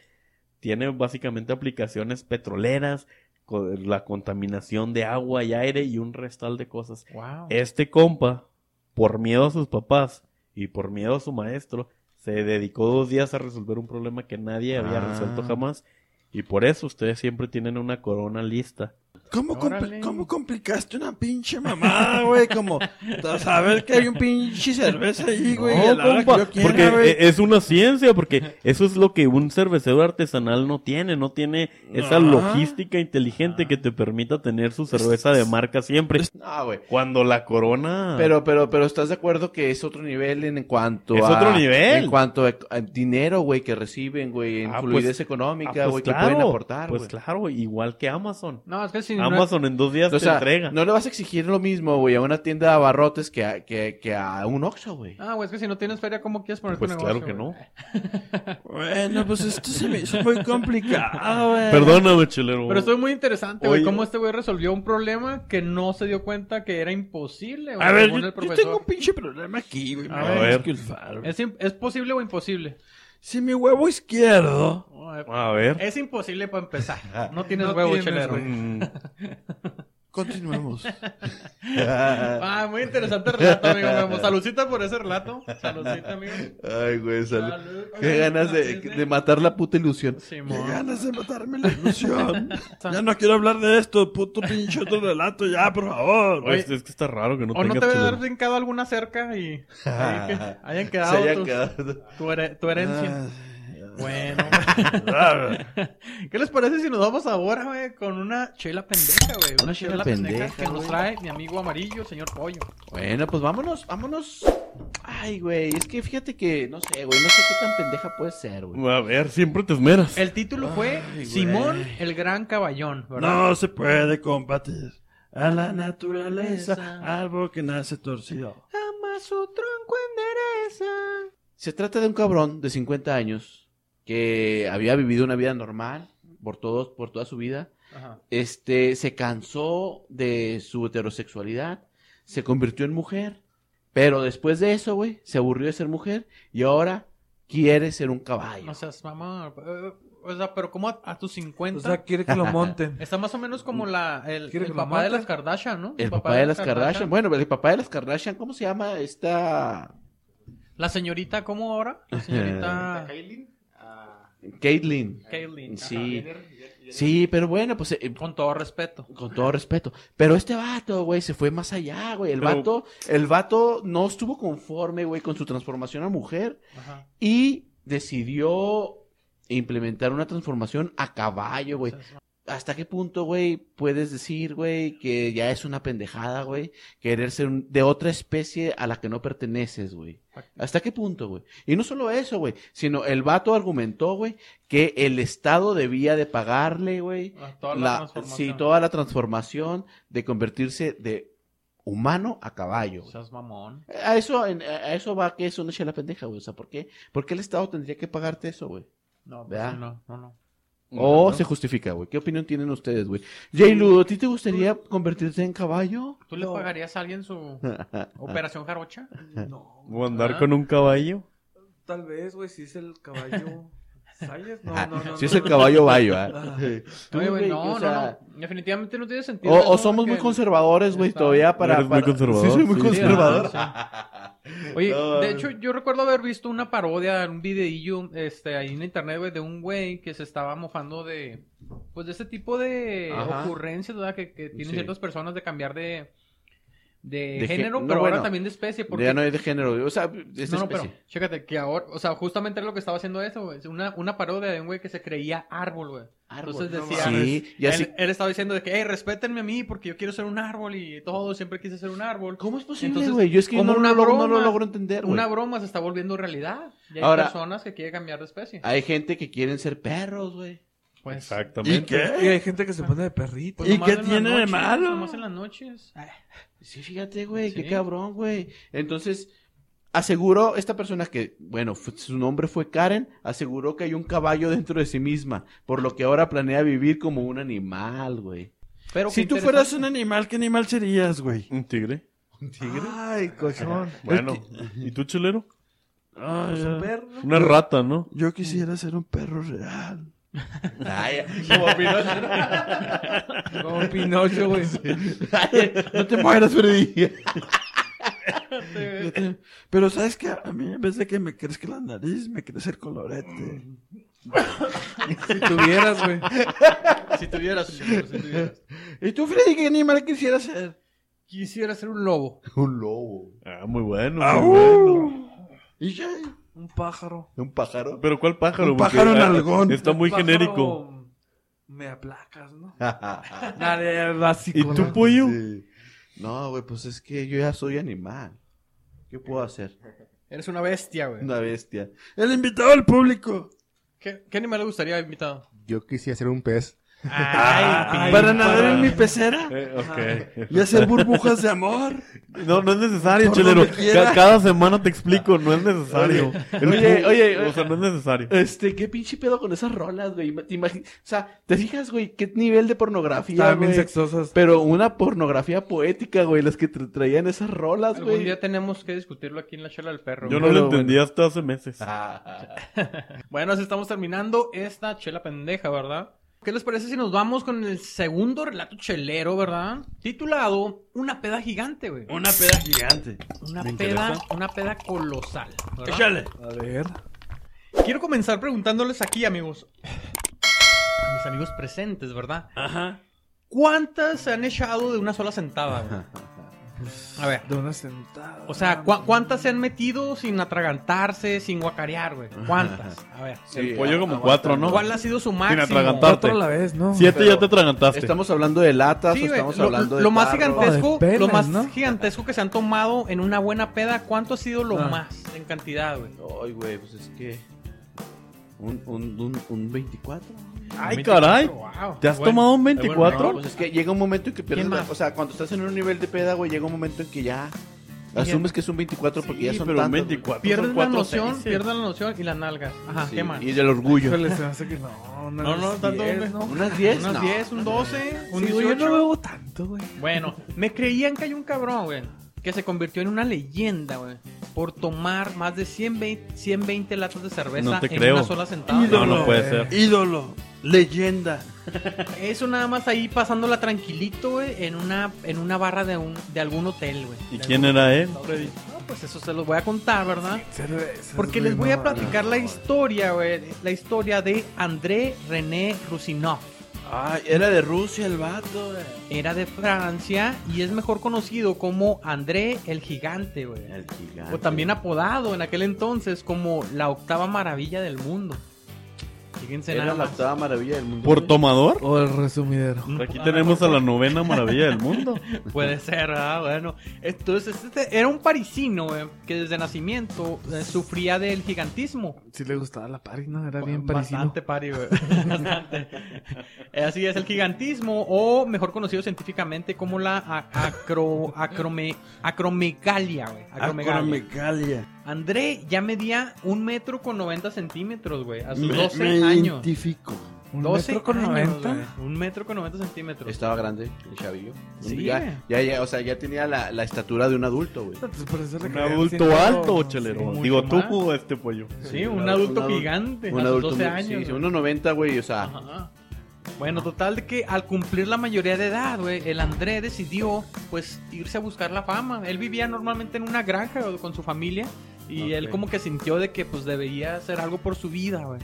[SPEAKER 5] tiene básicamente aplicaciones petroleras, co- la contaminación de agua y aire y un restal de cosas.
[SPEAKER 2] Wow.
[SPEAKER 5] Este compa, por miedo a sus papás y por miedo a su maestro, se dedicó dos días a resolver un problema que nadie había
[SPEAKER 4] Ah.
[SPEAKER 5] resuelto jamás. Y por eso ustedes siempre tienen una corona lista.
[SPEAKER 1] ¿Cómo, compli-
[SPEAKER 2] Órale.
[SPEAKER 1] cómo complicaste una pinche mamada, güey? Como t- saber que hay un pinche cerveza ahí, güey. y a la
[SPEAKER 5] No,
[SPEAKER 1] hora que
[SPEAKER 5] compa,
[SPEAKER 1] yo quiera,
[SPEAKER 5] porque
[SPEAKER 1] güey.
[SPEAKER 5] e- es una ciencia, porque eso es lo que un cervecero artesanal no tiene, no tiene esa
[SPEAKER 1] Ah.
[SPEAKER 5] logística inteligente que te permita tener su cerveza de marca siempre.
[SPEAKER 4] No, güey.
[SPEAKER 5] Cuando la corona... Ah,
[SPEAKER 4] Pero, pero, pero estás de acuerdo que es otro nivel en cuanto
[SPEAKER 5] Es
[SPEAKER 4] a.
[SPEAKER 5] otro nivel.
[SPEAKER 4] En cuanto a, a dinero, güey, que reciben, güey, en
[SPEAKER 5] Ah, pues-
[SPEAKER 4] fluidez
[SPEAKER 5] Ah,
[SPEAKER 4] económica,
[SPEAKER 5] pues
[SPEAKER 4] güey,
[SPEAKER 5] claro,
[SPEAKER 4] que pueden aportar,
[SPEAKER 5] Pues
[SPEAKER 4] güey.
[SPEAKER 5] claro, igual que Amazon.
[SPEAKER 2] No, es que si no.
[SPEAKER 5] Amazon en dos días
[SPEAKER 4] O
[SPEAKER 5] te
[SPEAKER 4] sea,
[SPEAKER 5] entrega.
[SPEAKER 4] no le vas a exigir lo mismo, güey, a una tienda de abarrotes que a, que, que a un Oxxo, güey.
[SPEAKER 2] Ah, güey, es que si no tienes feria, ¿cómo quieres poner
[SPEAKER 5] Pues
[SPEAKER 2] tu negocio?
[SPEAKER 5] claro que no.
[SPEAKER 2] güey?
[SPEAKER 1] Bueno, pues esto se me hizo muy complicado, güey.
[SPEAKER 5] Perdóname, chilero.
[SPEAKER 2] Pero esto
[SPEAKER 4] Oh.
[SPEAKER 2] es muy interesante, güey.
[SPEAKER 5] Oye.
[SPEAKER 2] Cómo este güey resolvió un problema que no se dio cuenta que era imposible, güey.
[SPEAKER 1] A ver,
[SPEAKER 2] según
[SPEAKER 1] yo,
[SPEAKER 2] el
[SPEAKER 1] yo
[SPEAKER 2] profesor.
[SPEAKER 1] tengo un pinche problema aquí, güey.
[SPEAKER 2] A
[SPEAKER 1] A
[SPEAKER 5] ver.
[SPEAKER 1] ver. Disculpar, güey.
[SPEAKER 2] ¿Es, im- es posible o imposible? Oh,
[SPEAKER 1] Si mi huevo izquierdo
[SPEAKER 5] A ver.
[SPEAKER 2] Es imposible para empezar. No tienes
[SPEAKER 3] No
[SPEAKER 2] huevo,
[SPEAKER 3] tienes,
[SPEAKER 2] chelero.
[SPEAKER 3] güey.
[SPEAKER 5] Mm,
[SPEAKER 1] Continuemos.
[SPEAKER 2] Ah, muy interesante relato, amigo. Memo. Saludcita por ese relato. Saludcita, amigo.
[SPEAKER 4] Ay, güey, salud.
[SPEAKER 2] Salud.
[SPEAKER 4] Qué ganas de, de matar la puta ilusión.
[SPEAKER 1] Qué
[SPEAKER 2] Simón.
[SPEAKER 1] ganas de matarme la ilusión. ya no quiero hablar de esto, puto pinche otro relato, ya, por favor.
[SPEAKER 5] oye, es, es que está raro que no
[SPEAKER 2] o no
[SPEAKER 5] tenga
[SPEAKER 2] te voy a
[SPEAKER 5] chilero.
[SPEAKER 2] haber brincado alguna cerca y ahí que hayan
[SPEAKER 4] Se
[SPEAKER 2] quedado,
[SPEAKER 4] haya
[SPEAKER 2] tus-
[SPEAKER 4] quedado. Ah.
[SPEAKER 2] Tu, here- tu herencia. Bueno.
[SPEAKER 1] Ah,
[SPEAKER 2] ¿Qué les parece si nos vamos ahora, güey, con una chela pendeja, güey? Una, chela,
[SPEAKER 4] chela
[SPEAKER 2] pendeja,
[SPEAKER 4] pendeja,
[SPEAKER 2] que nos
[SPEAKER 4] güey.
[SPEAKER 2] trae mi amigo amarillo, señor Pollo.
[SPEAKER 4] Bueno, pues vámonos, vámonos. Ay, güey, es que fíjate que, no sé, güey, no sé qué tan pendeja puede ser, güey.
[SPEAKER 5] A ver, siempre te esmeras.
[SPEAKER 2] El título fue
[SPEAKER 1] Ay, güey.
[SPEAKER 2] Simón el Gran Caballón, ¿verdad?
[SPEAKER 1] no se puede combatir a la naturaleza, algo que nace torcido.
[SPEAKER 4] llama su tronco endereza. Se trata de un cabrón de 50 años que había vivido una vida normal por, todos, por toda su vida.
[SPEAKER 2] Ajá.
[SPEAKER 4] Este, se cansó de su heterosexualidad, se convirtió en mujer, pero después de eso, güey, se aburrió de ser mujer y ahora quiere ser un caballo.
[SPEAKER 2] No seas mamá. eh, O sea, pero como a, a tus 50.
[SPEAKER 3] O sea, quiere que lo monten.
[SPEAKER 2] está más o menos como la, el,
[SPEAKER 3] ¿Quiere
[SPEAKER 2] el
[SPEAKER 3] que lo
[SPEAKER 2] papá de
[SPEAKER 3] mate?
[SPEAKER 2] las Kardashian, ¿no?
[SPEAKER 4] El papá, de las Kardashian. Bueno, el papá de las Kardashian, ¿cómo se llama esta?
[SPEAKER 2] La señorita, ¿cómo ahora? La señorita
[SPEAKER 6] Ah.
[SPEAKER 4] Caitlyn.
[SPEAKER 2] Caitlyn.
[SPEAKER 4] Sí. Sí, pero bueno, pues eh,
[SPEAKER 2] Con todo respeto.
[SPEAKER 4] con todo respeto. Pero este vato, güey, se fue más allá, güey. El
[SPEAKER 5] Pero-
[SPEAKER 4] vato, el vato no estuvo conforme, güey, con su transformación a mujer
[SPEAKER 2] Ajá.
[SPEAKER 4] y decidió implementar una transformación a caballo, güey. ¿Hasta qué punto, güey, puedes decir, güey, que ya es una pendejada, güey? Querer ser un- de otra especie a la que no perteneces, güey. ¿Hasta qué punto, güey? Y no solo eso, güey, sino el vato argumentó, güey, que el Estado debía de pagarle, güey,
[SPEAKER 2] Ah, Toda
[SPEAKER 4] la-
[SPEAKER 2] la, transformación.
[SPEAKER 4] sí, toda la transformación de convertirse de humano a caballo.
[SPEAKER 2] No
[SPEAKER 4] güey.
[SPEAKER 2] seas mamón.
[SPEAKER 4] A eso, en- a eso va que es una chela pendeja, güey. O sea, ¿por qué? ¿Por qué el Estado tendría que pagarte eso, güey?
[SPEAKER 2] No,
[SPEAKER 4] ¿Verdad?
[SPEAKER 2] pues, no, no, no.
[SPEAKER 4] O se justifica, güey. ¿Qué opinión tienen ustedes, güey? Jay Ludo, ¿a ti te gustaría convertirte en caballo?
[SPEAKER 2] ¿Tú le pagarías a alguien su operación jarocha?
[SPEAKER 3] No.
[SPEAKER 5] ¿O andar
[SPEAKER 2] Ah.
[SPEAKER 5] con un caballo?
[SPEAKER 3] Tal vez, güey, si es el caballo. ¿Sayas? No,
[SPEAKER 4] Ah,
[SPEAKER 3] no, no.
[SPEAKER 4] si es
[SPEAKER 3] no.
[SPEAKER 4] el caballo, bayo, ¿ah?
[SPEAKER 3] Ah.
[SPEAKER 4] Tú,
[SPEAKER 2] Oye, güey,
[SPEAKER 4] güey,
[SPEAKER 2] no,
[SPEAKER 4] o sea,
[SPEAKER 2] no, no. Definitivamente no tiene sentido.
[SPEAKER 4] O,
[SPEAKER 2] eso,
[SPEAKER 4] o somos muy
[SPEAKER 2] porque-
[SPEAKER 4] conservadores, güey,
[SPEAKER 2] Está-
[SPEAKER 4] todavía para...
[SPEAKER 5] Eres muy
[SPEAKER 4] para-
[SPEAKER 5] conservador,
[SPEAKER 4] Sí, soy muy
[SPEAKER 5] sí.
[SPEAKER 4] conservador.
[SPEAKER 2] Ah, sí. Oye, de hecho, yo recuerdo haber visto una parodia, un videillo, este, ahí en internet, güey, de un güey que se estaba mofando de, pues, de ese tipo de
[SPEAKER 4] Ajá.
[SPEAKER 2] ocurrencias, ¿verdad? Que, que tienen
[SPEAKER 4] Sí.
[SPEAKER 2] ciertas personas de cambiar de, de,
[SPEAKER 4] De gen-
[SPEAKER 2] género,
[SPEAKER 4] no,
[SPEAKER 2] pero ahora
[SPEAKER 4] bueno,
[SPEAKER 2] también de especie, porque...
[SPEAKER 4] Ya no es de género, güey. O sea, es
[SPEAKER 2] No, no,
[SPEAKER 4] especie.
[SPEAKER 2] pero, chécate, que ahora, o sea, justamente era lo que estaba haciendo eso, güey, es una, una parodia de un güey que se creía árbol, güey. Entonces
[SPEAKER 4] Árbol, no
[SPEAKER 2] decía,
[SPEAKER 4] mames. Sí, y así...
[SPEAKER 2] Él, él estaba diciendo de que, hey, respétenme a mí porque yo quiero ser un árbol y todo, siempre quise ser un árbol.
[SPEAKER 4] ¿Cómo es posible,
[SPEAKER 2] Entonces,
[SPEAKER 4] güey? Yo es que
[SPEAKER 2] como
[SPEAKER 4] no, lo
[SPEAKER 2] una
[SPEAKER 4] logro- no
[SPEAKER 2] broma,
[SPEAKER 4] lo logro entender, güey.
[SPEAKER 2] Una broma se está volviendo realidad. Y hay
[SPEAKER 4] Ahora- ah,
[SPEAKER 2] personas que quieren cambiar de especie.
[SPEAKER 4] Hay gente que quieren ser perros, güey.
[SPEAKER 2] Pues,
[SPEAKER 1] ¿Y
[SPEAKER 5] Exactamente.
[SPEAKER 3] Y
[SPEAKER 1] qué?
[SPEAKER 3] hay gente que se pone de perrito.
[SPEAKER 2] pues
[SPEAKER 1] ¿Y
[SPEAKER 2] nomás
[SPEAKER 1] qué
[SPEAKER 2] en las
[SPEAKER 1] tiene de
[SPEAKER 2] noches,
[SPEAKER 1] malo?
[SPEAKER 2] Nomás en las noches.
[SPEAKER 4] Sí, fíjate, güey, qué
[SPEAKER 2] Sí.
[SPEAKER 4] cabrón, güey. Entonces, aseguró esta persona que, bueno, fu- su nombre fue Karen, aseguró que hay un caballo dentro de sí misma, por lo que ahora planea vivir como un animal, güey.
[SPEAKER 2] Pero
[SPEAKER 1] Si
[SPEAKER 2] qué
[SPEAKER 1] tú
[SPEAKER 2] interesante.
[SPEAKER 1] fueras un animal, ¿qué animal serías, güey?
[SPEAKER 5] ¿Un tigre?
[SPEAKER 3] Ay, cochón.
[SPEAKER 5] Bueno. ¿Y tú, chulero?
[SPEAKER 3] Es
[SPEAKER 1] Ay,
[SPEAKER 5] Ah.
[SPEAKER 1] ya.
[SPEAKER 3] Pues, un perro.
[SPEAKER 5] Una rata, ¿no?
[SPEAKER 1] yo quisiera ser un perro real.
[SPEAKER 4] Ay, como Pinocho.
[SPEAKER 3] Como Pinocho, güey.
[SPEAKER 4] Ay, no te mueras, Freddy.
[SPEAKER 1] Yo te- Pero sabes que a mí, en vez de que me crezca la nariz, me crece el colorete.
[SPEAKER 3] Si tuvieras, güey.
[SPEAKER 2] Si tuvieras, señor, si tuvieras.
[SPEAKER 1] ¿Y tú, Freddy, qué animal quisieras ser?
[SPEAKER 2] Quisiera ser un lobo.
[SPEAKER 4] Un lobo.
[SPEAKER 5] Ah, muy bueno.
[SPEAKER 1] ¡Au!
[SPEAKER 5] Muy
[SPEAKER 1] uh,
[SPEAKER 5] bueno.
[SPEAKER 1] ¿Y ya?
[SPEAKER 3] Un pájaro.
[SPEAKER 4] Un pájaro.
[SPEAKER 5] Pero ¿cuál pájaro?
[SPEAKER 1] Un
[SPEAKER 5] Porque,
[SPEAKER 1] pájaro
[SPEAKER 5] ah,
[SPEAKER 1] nalgón.
[SPEAKER 5] Está
[SPEAKER 3] Un
[SPEAKER 5] muy
[SPEAKER 3] pájaro,
[SPEAKER 5] genérico.
[SPEAKER 3] Me aplacas, ¿no?
[SPEAKER 4] Sí.
[SPEAKER 3] Dale, básico.
[SPEAKER 5] ¿Y tú,
[SPEAKER 3] ¿no?
[SPEAKER 5] pollo?
[SPEAKER 4] No, güey, pues es que yo ya soy animal. ¿Qué puedo hacer?
[SPEAKER 2] Eres una bestia, güey.
[SPEAKER 4] Una bestia.
[SPEAKER 1] El invitado al público.
[SPEAKER 2] ¿Qué, qué animal le gustaría invitado?
[SPEAKER 6] Yo quisiera ser un pez.
[SPEAKER 2] Ay,
[SPEAKER 1] Para nadar en mi pecera
[SPEAKER 5] Eh, ok.
[SPEAKER 1] y hacer burbujas de amor.
[SPEAKER 5] No, no es necesario,
[SPEAKER 1] Por
[SPEAKER 5] chulero.
[SPEAKER 1] donde quiera.
[SPEAKER 5] Ca- cada semana te explico, no es necesario. El
[SPEAKER 4] Oye,
[SPEAKER 5] pu-
[SPEAKER 4] oye,
[SPEAKER 5] O sea, no es necesario.
[SPEAKER 4] Este, qué pinche pedo con esas rolas, güey. Ima- te imagi- O sea, ¿te fijas, güey? ¿Qué nivel de pornografía,
[SPEAKER 3] Estaban bien
[SPEAKER 4] güey?
[SPEAKER 3] sexosas.
[SPEAKER 4] Pero una pornografía poética, güey. Las que tra- traían esas rolas,
[SPEAKER 2] Algún
[SPEAKER 4] güey.
[SPEAKER 2] día tenemos que discutirlo aquí en la chela del perro.
[SPEAKER 5] Yo
[SPEAKER 2] güey.
[SPEAKER 5] no lo
[SPEAKER 4] Pero Ah,
[SPEAKER 5] entendí hasta hace meses.
[SPEAKER 2] Bueno, así estamos terminando esta chela pendeja, ¿verdad? ¿Qué les parece si nos vamos con el segundo relato chelero, verdad? Titulado Una peda gigante, güey.
[SPEAKER 1] Una peda gigante.
[SPEAKER 2] Una
[SPEAKER 1] Me
[SPEAKER 2] peda,
[SPEAKER 1] interesa.
[SPEAKER 2] una peda colosal. ¿verdad?
[SPEAKER 1] Échale.
[SPEAKER 3] A ver.
[SPEAKER 2] Quiero comenzar preguntándoles aquí, amigos. A mis amigos presentes, ¿verdad?
[SPEAKER 1] Ajá.
[SPEAKER 2] ¿Cuántas se han echado de una sola sentada, güey? A ver.
[SPEAKER 3] De una sentada.
[SPEAKER 2] O sea, ¿cu- ¿cuántas se han metido sin atragantarse, sin guacarear, güey? ¿Cuántas? A ver.
[SPEAKER 4] Sí,
[SPEAKER 5] pollo
[SPEAKER 4] a-
[SPEAKER 5] como
[SPEAKER 4] aguanta.
[SPEAKER 5] cuatro, ¿no?
[SPEAKER 2] ¿Cuál ha sido su máximo?
[SPEAKER 5] atragantar.
[SPEAKER 3] cuatro a la vez, ¿no?
[SPEAKER 5] Siete
[SPEAKER 4] Pero-
[SPEAKER 5] ya te atragantaste.
[SPEAKER 4] Estamos hablando de latas
[SPEAKER 2] Sí,
[SPEAKER 4] o
[SPEAKER 2] güey,
[SPEAKER 4] estamos
[SPEAKER 2] lo,
[SPEAKER 4] hablando de
[SPEAKER 2] lo más
[SPEAKER 4] tarros?
[SPEAKER 2] gigantesco,
[SPEAKER 3] O de
[SPEAKER 2] lo
[SPEAKER 3] pelas,
[SPEAKER 2] más
[SPEAKER 3] ¿no?
[SPEAKER 2] gigantesco que se han tomado en una buena peda, ¿cuánto ha sido lo
[SPEAKER 3] Ah.
[SPEAKER 2] más en cantidad, güey?
[SPEAKER 4] Ay, güey, pues es que... Un, un, un, un 24.
[SPEAKER 5] Ay, caray.
[SPEAKER 2] Wow.
[SPEAKER 5] ¿Te has
[SPEAKER 2] Bueno,
[SPEAKER 5] tomado un
[SPEAKER 2] bueno,
[SPEAKER 5] 24?
[SPEAKER 2] no, pues,
[SPEAKER 4] Pues es que llega un momento en que pierdes...
[SPEAKER 2] ¿Quién
[SPEAKER 4] la-
[SPEAKER 2] más?
[SPEAKER 4] O sea, cuando estás en un nivel de peda, güey, llega un momento en que ya... Asumes que es un 24 porque ya
[SPEAKER 5] Sí,
[SPEAKER 4] son
[SPEAKER 5] pero
[SPEAKER 4] tantos, güey.
[SPEAKER 5] 24
[SPEAKER 2] Pierden
[SPEAKER 5] son
[SPEAKER 2] la
[SPEAKER 5] cuatro
[SPEAKER 2] noción,
[SPEAKER 5] seis, eh.
[SPEAKER 2] pierden la noción y la nalga. Ajá,
[SPEAKER 4] Sí,
[SPEAKER 2] qué mal.
[SPEAKER 4] Y del orgullo.
[SPEAKER 3] Híjole, se me hace que no.
[SPEAKER 5] No, no, tanto hombre.
[SPEAKER 3] no.
[SPEAKER 4] Unas 10,
[SPEAKER 2] Unas
[SPEAKER 4] no.
[SPEAKER 2] 10, un 12, un
[SPEAKER 3] Sí, güey, yo
[SPEAKER 2] 18.
[SPEAKER 3] no bebo tanto, güey.
[SPEAKER 2] Bueno, me creían que hay un cabrón, güey, que se convirtió en una leyenda, güey, por tomar más de 120, 120 latas de cerveza
[SPEAKER 5] No te
[SPEAKER 2] en
[SPEAKER 5] creo.
[SPEAKER 2] una sola sentada.
[SPEAKER 5] No, no puede ser.
[SPEAKER 1] Ídolo, leyenda.
[SPEAKER 2] Eso nada más ahí pasándola tranquilito, güey, en una, en una barra de, un, de algún hotel, güey.
[SPEAKER 5] ¿Y
[SPEAKER 2] De
[SPEAKER 5] quién
[SPEAKER 2] algún-
[SPEAKER 5] era él?
[SPEAKER 2] No, pues eso se los voy a contar, ¿verdad?
[SPEAKER 3] Cervezas,
[SPEAKER 2] Porque
[SPEAKER 3] güey,
[SPEAKER 2] les voy a
[SPEAKER 3] no,
[SPEAKER 2] platicar la historia, güey, la historia de André René Rusinov.
[SPEAKER 1] Ay, era de Rusia el vato, güey.
[SPEAKER 2] Era de Francia y es mejor conocido como André el Gigante, güey.
[SPEAKER 4] El gigante.
[SPEAKER 2] O también apodado en aquel entonces como la octava maravilla del mundo. Fíjense
[SPEAKER 4] Era
[SPEAKER 2] nada
[SPEAKER 4] la
[SPEAKER 2] más.
[SPEAKER 4] octava maravilla del mundo.
[SPEAKER 5] ¿Por tomador?
[SPEAKER 3] O el resumidero.
[SPEAKER 2] Ah,
[SPEAKER 5] Aquí tenemos a la novena maravilla del mundo.
[SPEAKER 2] Puede ser, ¿verdad? Bueno, entonces este era un parisino güey, que desde nacimiento eh, sufría del gigantismo.
[SPEAKER 3] Sí le gustaba la pari, ¿no? Era bien parisino.
[SPEAKER 2] Bastante pari, güey. Bastante. Eh, Así es, el gigantismo, o mejor conocido científicamente como la a- acro, acrome- acromegalia, güey. Acromegalia.
[SPEAKER 1] Acromegalia.
[SPEAKER 2] André ya medía un metro con 90 centímetros, güey, a sus
[SPEAKER 1] Me-
[SPEAKER 2] 12
[SPEAKER 1] me
[SPEAKER 2] años.
[SPEAKER 1] identifico.
[SPEAKER 3] ¿Un
[SPEAKER 2] 12
[SPEAKER 3] metro con
[SPEAKER 2] años,
[SPEAKER 3] 90?
[SPEAKER 2] güey. Un metro con 90 centímetros.
[SPEAKER 4] Estaba grande, el chavillo.
[SPEAKER 2] Sí.
[SPEAKER 4] Ya, ya, ya, o sea, ya tenía la, la estatura de un adulto, güey.
[SPEAKER 3] Entonces, por eso le
[SPEAKER 5] Un
[SPEAKER 3] caían
[SPEAKER 5] adulto
[SPEAKER 3] siendo-
[SPEAKER 5] alto, o chelero.
[SPEAKER 2] mucho
[SPEAKER 5] Digo, tú
[SPEAKER 2] más.
[SPEAKER 5] o este pollo.
[SPEAKER 2] Sí, un adulto gigante a sus 12
[SPEAKER 4] muy-
[SPEAKER 2] años.
[SPEAKER 4] Sí, sí,
[SPEAKER 2] güey.
[SPEAKER 4] 1.90, güey, o sea.
[SPEAKER 2] Ajá. Bueno, total de que al cumplir la mayoría de edad, güey, el André decidió pues irse a buscar la fama. Él vivía normalmente en una granja güey, con su familia y él como que sintió de que pues debería hacer algo por su vida, güey.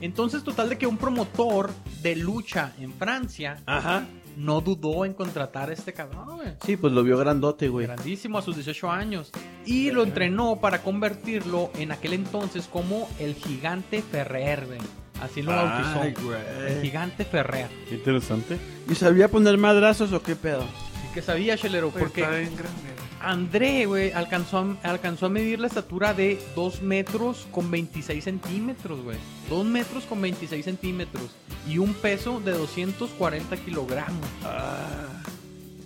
[SPEAKER 2] Entonces, total de que un promotor de lucha en Francia
[SPEAKER 1] Ajá.
[SPEAKER 2] no dudó en contratar a este cabrón, güey.
[SPEAKER 4] Sí, pues lo vio grandote, güey.
[SPEAKER 2] Grandísimo a sus 18 años. Y lo entrenó para convertirlo en aquel entonces como el gigante Ferrer, güey. Así lo bautizó.
[SPEAKER 1] Ay,
[SPEAKER 2] El
[SPEAKER 1] güey.
[SPEAKER 2] gigante Ferrer.
[SPEAKER 5] Interesante.
[SPEAKER 1] ¿Y sabía poner madrazos o qué pedo?
[SPEAKER 2] Sí que sabía, Chelero,
[SPEAKER 3] Pues, Está
[SPEAKER 2] porque
[SPEAKER 3] bien grande.
[SPEAKER 2] André, güey, alcanzó a, alcanzó a medir la estatura de 2 metros con 26 centímetros, güey. 2 metros con 26 centímetros. Y un peso de 240 kilogramos.
[SPEAKER 3] Ah.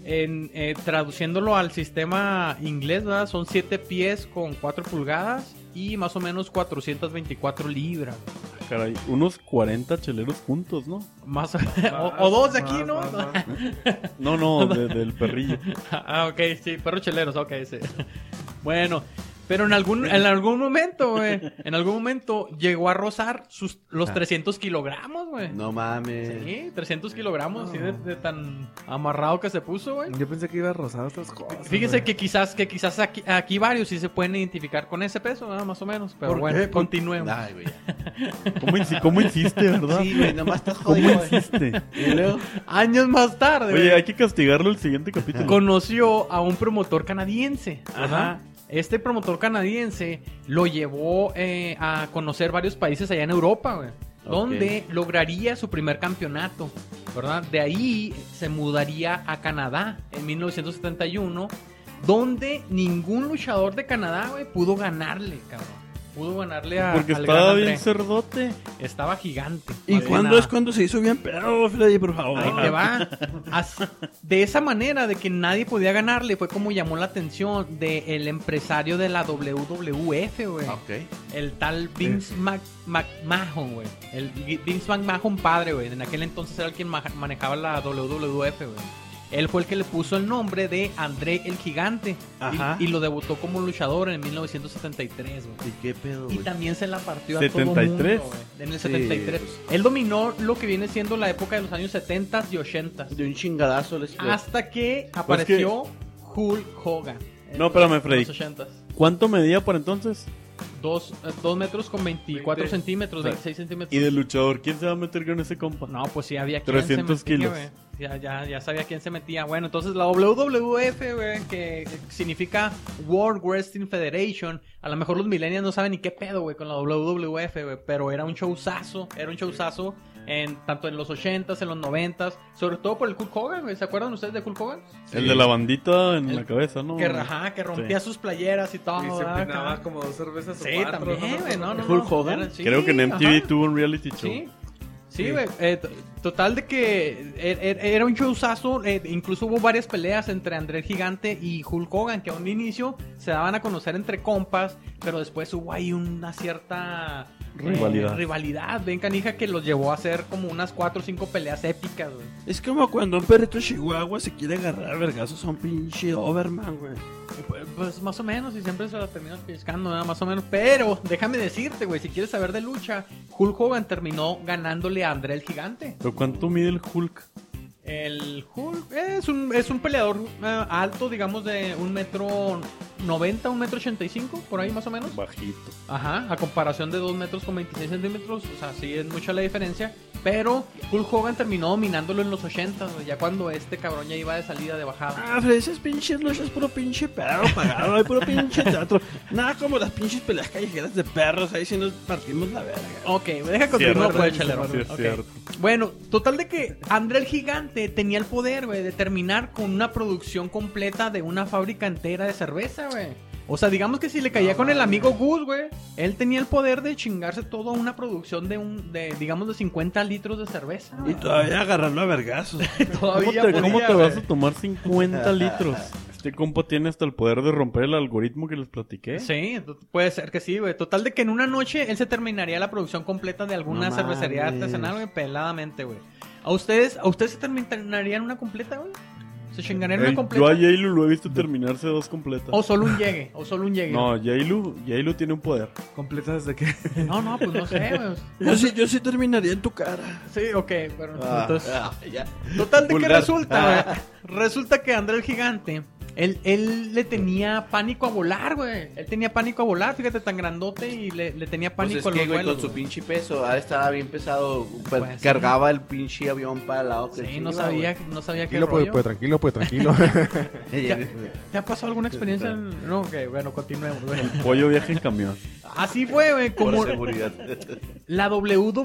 [SPEAKER 2] En, eh, traduciéndolo al sistema inglés, ¿verdad? son 7 pies con 4 pulgadas y más o menos 424 libras.
[SPEAKER 5] Caray, unos 40 cheleros juntos, ¿no?
[SPEAKER 2] Más, o- o, o dos de aquí,
[SPEAKER 3] Más,
[SPEAKER 2] ¿no?
[SPEAKER 3] más, más.
[SPEAKER 5] No, no, de- del perrillo.
[SPEAKER 2] Ah, ok, sí, perros cheleros, ok, sí. Bueno, pero en algún, en algún momento, güey, en algún momento llegó a rozar sus, los 300 kilogramos, güey.
[SPEAKER 4] No mames.
[SPEAKER 2] Sí, 300 kilogramos, así de, de tan amarrado que se puso, güey.
[SPEAKER 3] Yo pensé que iba a rozar otras cosas.
[SPEAKER 2] Fíjense
[SPEAKER 3] güey.
[SPEAKER 2] que quizás, que quizás aquí, aquí varios sí se pueden identificar con ese peso, ¿verdad? más o menos. Pero
[SPEAKER 1] ¿Por
[SPEAKER 2] bueno,
[SPEAKER 1] qué?
[SPEAKER 2] continuemos.
[SPEAKER 4] Ay, güey. ya.
[SPEAKER 5] ¿Cómo, insi- cómo insiste, verdad?
[SPEAKER 4] Sí, güey, nomás estás
[SPEAKER 5] ¿Cómo
[SPEAKER 4] jodido. güey.
[SPEAKER 5] insiste?
[SPEAKER 4] Y luego,
[SPEAKER 2] Años más tarde,
[SPEAKER 5] Oye,
[SPEAKER 2] güey,
[SPEAKER 5] hay que castigarlo el siguiente capítulo.
[SPEAKER 2] conoció a un promotor canadiense.
[SPEAKER 1] Ajá.
[SPEAKER 2] Este promotor canadiense lo llevó eh, a conocer varios países allá en Europa, güey,
[SPEAKER 4] Ok.
[SPEAKER 2] donde lograría su primer campeonato, ¿verdad? De ahí se mudaría a Canadá en 1971, donde ningún luchador de Canadá, güey, pudo ganarle, cabrón. Pudo ganarle a,
[SPEAKER 5] Porque
[SPEAKER 2] al gran
[SPEAKER 5] estaba
[SPEAKER 2] André.
[SPEAKER 5] bien cerdote.
[SPEAKER 2] Estaba gigante.
[SPEAKER 1] ¿Y
[SPEAKER 2] más que
[SPEAKER 1] cuándo
[SPEAKER 2] nada.
[SPEAKER 1] es cuando se hizo bien pedo, Freddy, por favor?
[SPEAKER 2] Ahí te va. Así- de esa manera, de que nadie podía ganarle, fue como llamó la atención del empresario de la WWF, güey.
[SPEAKER 1] Ah.
[SPEAKER 4] ok.
[SPEAKER 2] El tal Vince Mac- McMahon, güey. El G- Vince McMahon padre, güey. En aquel entonces era el quien maja- manejaba la WWF, güey. Él fue el que le puso el nombre de André el Gigante. y-
[SPEAKER 1] Ajá.
[SPEAKER 2] Y, lo debutó como luchador en 1973, güey.
[SPEAKER 4] ¿Y qué pedo,
[SPEAKER 2] Y
[SPEAKER 4] güey?
[SPEAKER 2] también se la partió a
[SPEAKER 5] 73.
[SPEAKER 2] todo mundo, güey. En el
[SPEAKER 4] Sí,
[SPEAKER 2] 73. Él dominó lo que viene siendo la época de los años 70 y 80.
[SPEAKER 4] De un chingadazo les
[SPEAKER 2] Hasta que
[SPEAKER 5] Pues es que-
[SPEAKER 2] apareció Hulk Hogan. en
[SPEAKER 5] No, espérame, Freddy.
[SPEAKER 2] Los 80s.
[SPEAKER 5] ¿Cuánto medía para entonces?
[SPEAKER 2] Dos, eh, dos metros con 24 centímetros, 26 centímetros.
[SPEAKER 5] Y de luchador, ¿quién se va a meter con ese compa?
[SPEAKER 2] No, pues sí, había quien
[SPEAKER 5] 300
[SPEAKER 2] se metía,
[SPEAKER 5] kilos.
[SPEAKER 2] güey. Ya, ya, ya sabía quién se metía. Bueno, entonces la WWF, güey, que significa World Wrestling Federation. A lo mejor los millennials no saben ni qué pedo, güey, con la WWF, güey. Pero era un showzazo, era un showzazo. En, tanto en los 80s, en los 90s, sobre todo por el Hulk Hogan, güey. ¿Se acuerdan ustedes de Hulk Hogan?
[SPEAKER 5] El de la bandita en
[SPEAKER 2] El-
[SPEAKER 5] la cabeza, ¿no?
[SPEAKER 2] Que, ajá, que rompía sus playeras y todo.
[SPEAKER 3] Y se
[SPEAKER 2] ¿verdad?
[SPEAKER 3] empinaba como dos cervezas o
[SPEAKER 2] Sí,
[SPEAKER 3] cuatro, me
[SPEAKER 2] también, güey.
[SPEAKER 3] acuerdo.
[SPEAKER 2] No, no,
[SPEAKER 4] Hulk
[SPEAKER 2] no.
[SPEAKER 4] Hogan.
[SPEAKER 2] Era- sí,
[SPEAKER 5] Creo que en MTV
[SPEAKER 2] ajá.
[SPEAKER 5] tuvo un reality show.
[SPEAKER 2] Sí. Sí, güey. eh, t- total de que er- er- era un showzazo. eh, incluso hubo varias peleas entre André el Gigante y Hulk Hogan, que a un inicio se daban a conocer entre compas, pero después hubo ahí una cierta eh,
[SPEAKER 5] Rivalidad.
[SPEAKER 2] rivalidad, ven canija, que los llevó a hacer como unas cuatro o cinco peleas épicas, güey.
[SPEAKER 1] Es como cuando un perrito chihuahua se quiere agarrar a vergazos a un pinche Overman, güey.
[SPEAKER 2] Pues, pues, más o menos, y siempre se la terminas pescando, ¿verdad? más o menos. Pero déjame decirte, güey, si quieres saber de lucha, Hulk Hogan terminó ganándole a André el Gigante.
[SPEAKER 5] ¿Pero cuánto mide el Hulk?
[SPEAKER 2] El Hulk es un, es un peleador eh, alto, digamos, de un metro 90, un metro 85, por ahí más o menos.
[SPEAKER 5] Bajito.
[SPEAKER 2] Ajá, a comparación de 2 metros con 26 centímetros, o sea, sí es mucha la diferencia. Pero Hulk Hogan terminó dominándolo en los 80, güey, ya cuando este cabrón ya iba de salida de bajada.
[SPEAKER 1] Ah, pero esas pinches luchas puro pinche perro pagado, hay puro pinche teatro. Nada como las pinches peleas callejeras de perros, ahí sí nos partimos la verga.
[SPEAKER 2] Ok, me deja continuar,
[SPEAKER 5] Cierto,
[SPEAKER 2] güey,
[SPEAKER 5] sí,
[SPEAKER 2] chale,
[SPEAKER 5] sí,
[SPEAKER 2] hermano.
[SPEAKER 5] es
[SPEAKER 2] Ok.
[SPEAKER 5] cierto.
[SPEAKER 2] Bueno, total de que André el Gigante tenía el poder, güey, de terminar con una producción completa de una fábrica entera de cerveza, güey. O sea, digamos que si le caía con el amigo Gus, güey, él tenía el poder de chingarse toda una producción de un, de, digamos, de 50 litros de cerveza.
[SPEAKER 1] Y
[SPEAKER 2] güey.
[SPEAKER 1] todavía agarrarlo a vergazos.
[SPEAKER 5] ¿Cómo
[SPEAKER 2] Todavía
[SPEAKER 5] te, cómo
[SPEAKER 2] podía,
[SPEAKER 5] te vas
[SPEAKER 2] güey.
[SPEAKER 5] a tomar 50 litros? Este compa tiene hasta el poder de romper el algoritmo que les platiqué.
[SPEAKER 2] Sí, t- puede ser que sí, güey. Total de que en una noche él se terminaría la producción completa de alguna
[SPEAKER 5] No
[SPEAKER 2] cervecería
[SPEAKER 5] mames.
[SPEAKER 2] artesanal, güey, peladamente, güey. ¿A ustedes, a ustedes se terminarían una completa, güey? ¿Se chingarían
[SPEAKER 5] Ey,
[SPEAKER 2] una completa?
[SPEAKER 5] yo a Yailu lo he visto terminarse dos completas.
[SPEAKER 2] O solo un llegue, o solo un llegue.
[SPEAKER 5] No, Yailu, Yailu tiene un poder.
[SPEAKER 3] ¿Completa desde qué?
[SPEAKER 2] No, no, pues no sé, güey.
[SPEAKER 1] Yo sí, yo sí terminaría en tu cara.
[SPEAKER 2] Sí, ok, pero
[SPEAKER 4] Ah,
[SPEAKER 2] entonces...
[SPEAKER 4] ah, ya.
[SPEAKER 2] Total de que
[SPEAKER 4] Vulgar. Ah.
[SPEAKER 2] resulta, güey. Resulta que André el Gigante, él, él le tenía pánico a volar, güey. Él tenía pánico a volar, fíjate, tan grandote y le, le tenía
[SPEAKER 4] Pues
[SPEAKER 2] pánico
[SPEAKER 4] es que,
[SPEAKER 2] a los
[SPEAKER 4] güey,
[SPEAKER 2] vuelos,
[SPEAKER 4] con su
[SPEAKER 2] güey.
[SPEAKER 4] pinche peso, ah, estaba bien pesado. pues,
[SPEAKER 2] Pues, sí.
[SPEAKER 4] cargaba el pinche avión para el lado que
[SPEAKER 2] Sí,
[SPEAKER 4] se
[SPEAKER 2] no
[SPEAKER 4] iba,
[SPEAKER 2] sabía, no sabía qué
[SPEAKER 6] Tranquilo, pues,
[SPEAKER 2] rollo.
[SPEAKER 6] pues, tranquilo, pues, tranquilo.
[SPEAKER 4] güey.
[SPEAKER 2] Ya- ¿Te ha pasado alguna experiencia? en- No, ok, bueno, continuemos. güey.
[SPEAKER 5] Pollo viaja en camión.
[SPEAKER 2] Así fue, güey,
[SPEAKER 4] Por
[SPEAKER 2] como
[SPEAKER 4] seguridad.
[SPEAKER 2] la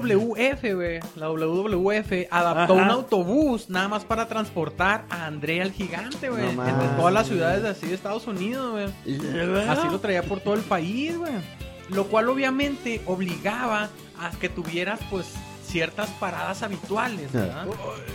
[SPEAKER 2] WWF, güey. La WWF adaptó un autobús nada más para transportar a André el Gigante, güey.
[SPEAKER 4] No
[SPEAKER 2] entre
[SPEAKER 4] mames.
[SPEAKER 2] todas las ciudades así de Estados Unidos, güey.
[SPEAKER 1] Y luego-
[SPEAKER 4] Ah.
[SPEAKER 2] Así lo traía por todo el país, güey. Lo cual obviamente obligaba a que tuvieras, pues, ciertas paradas habituales, ¿verdad?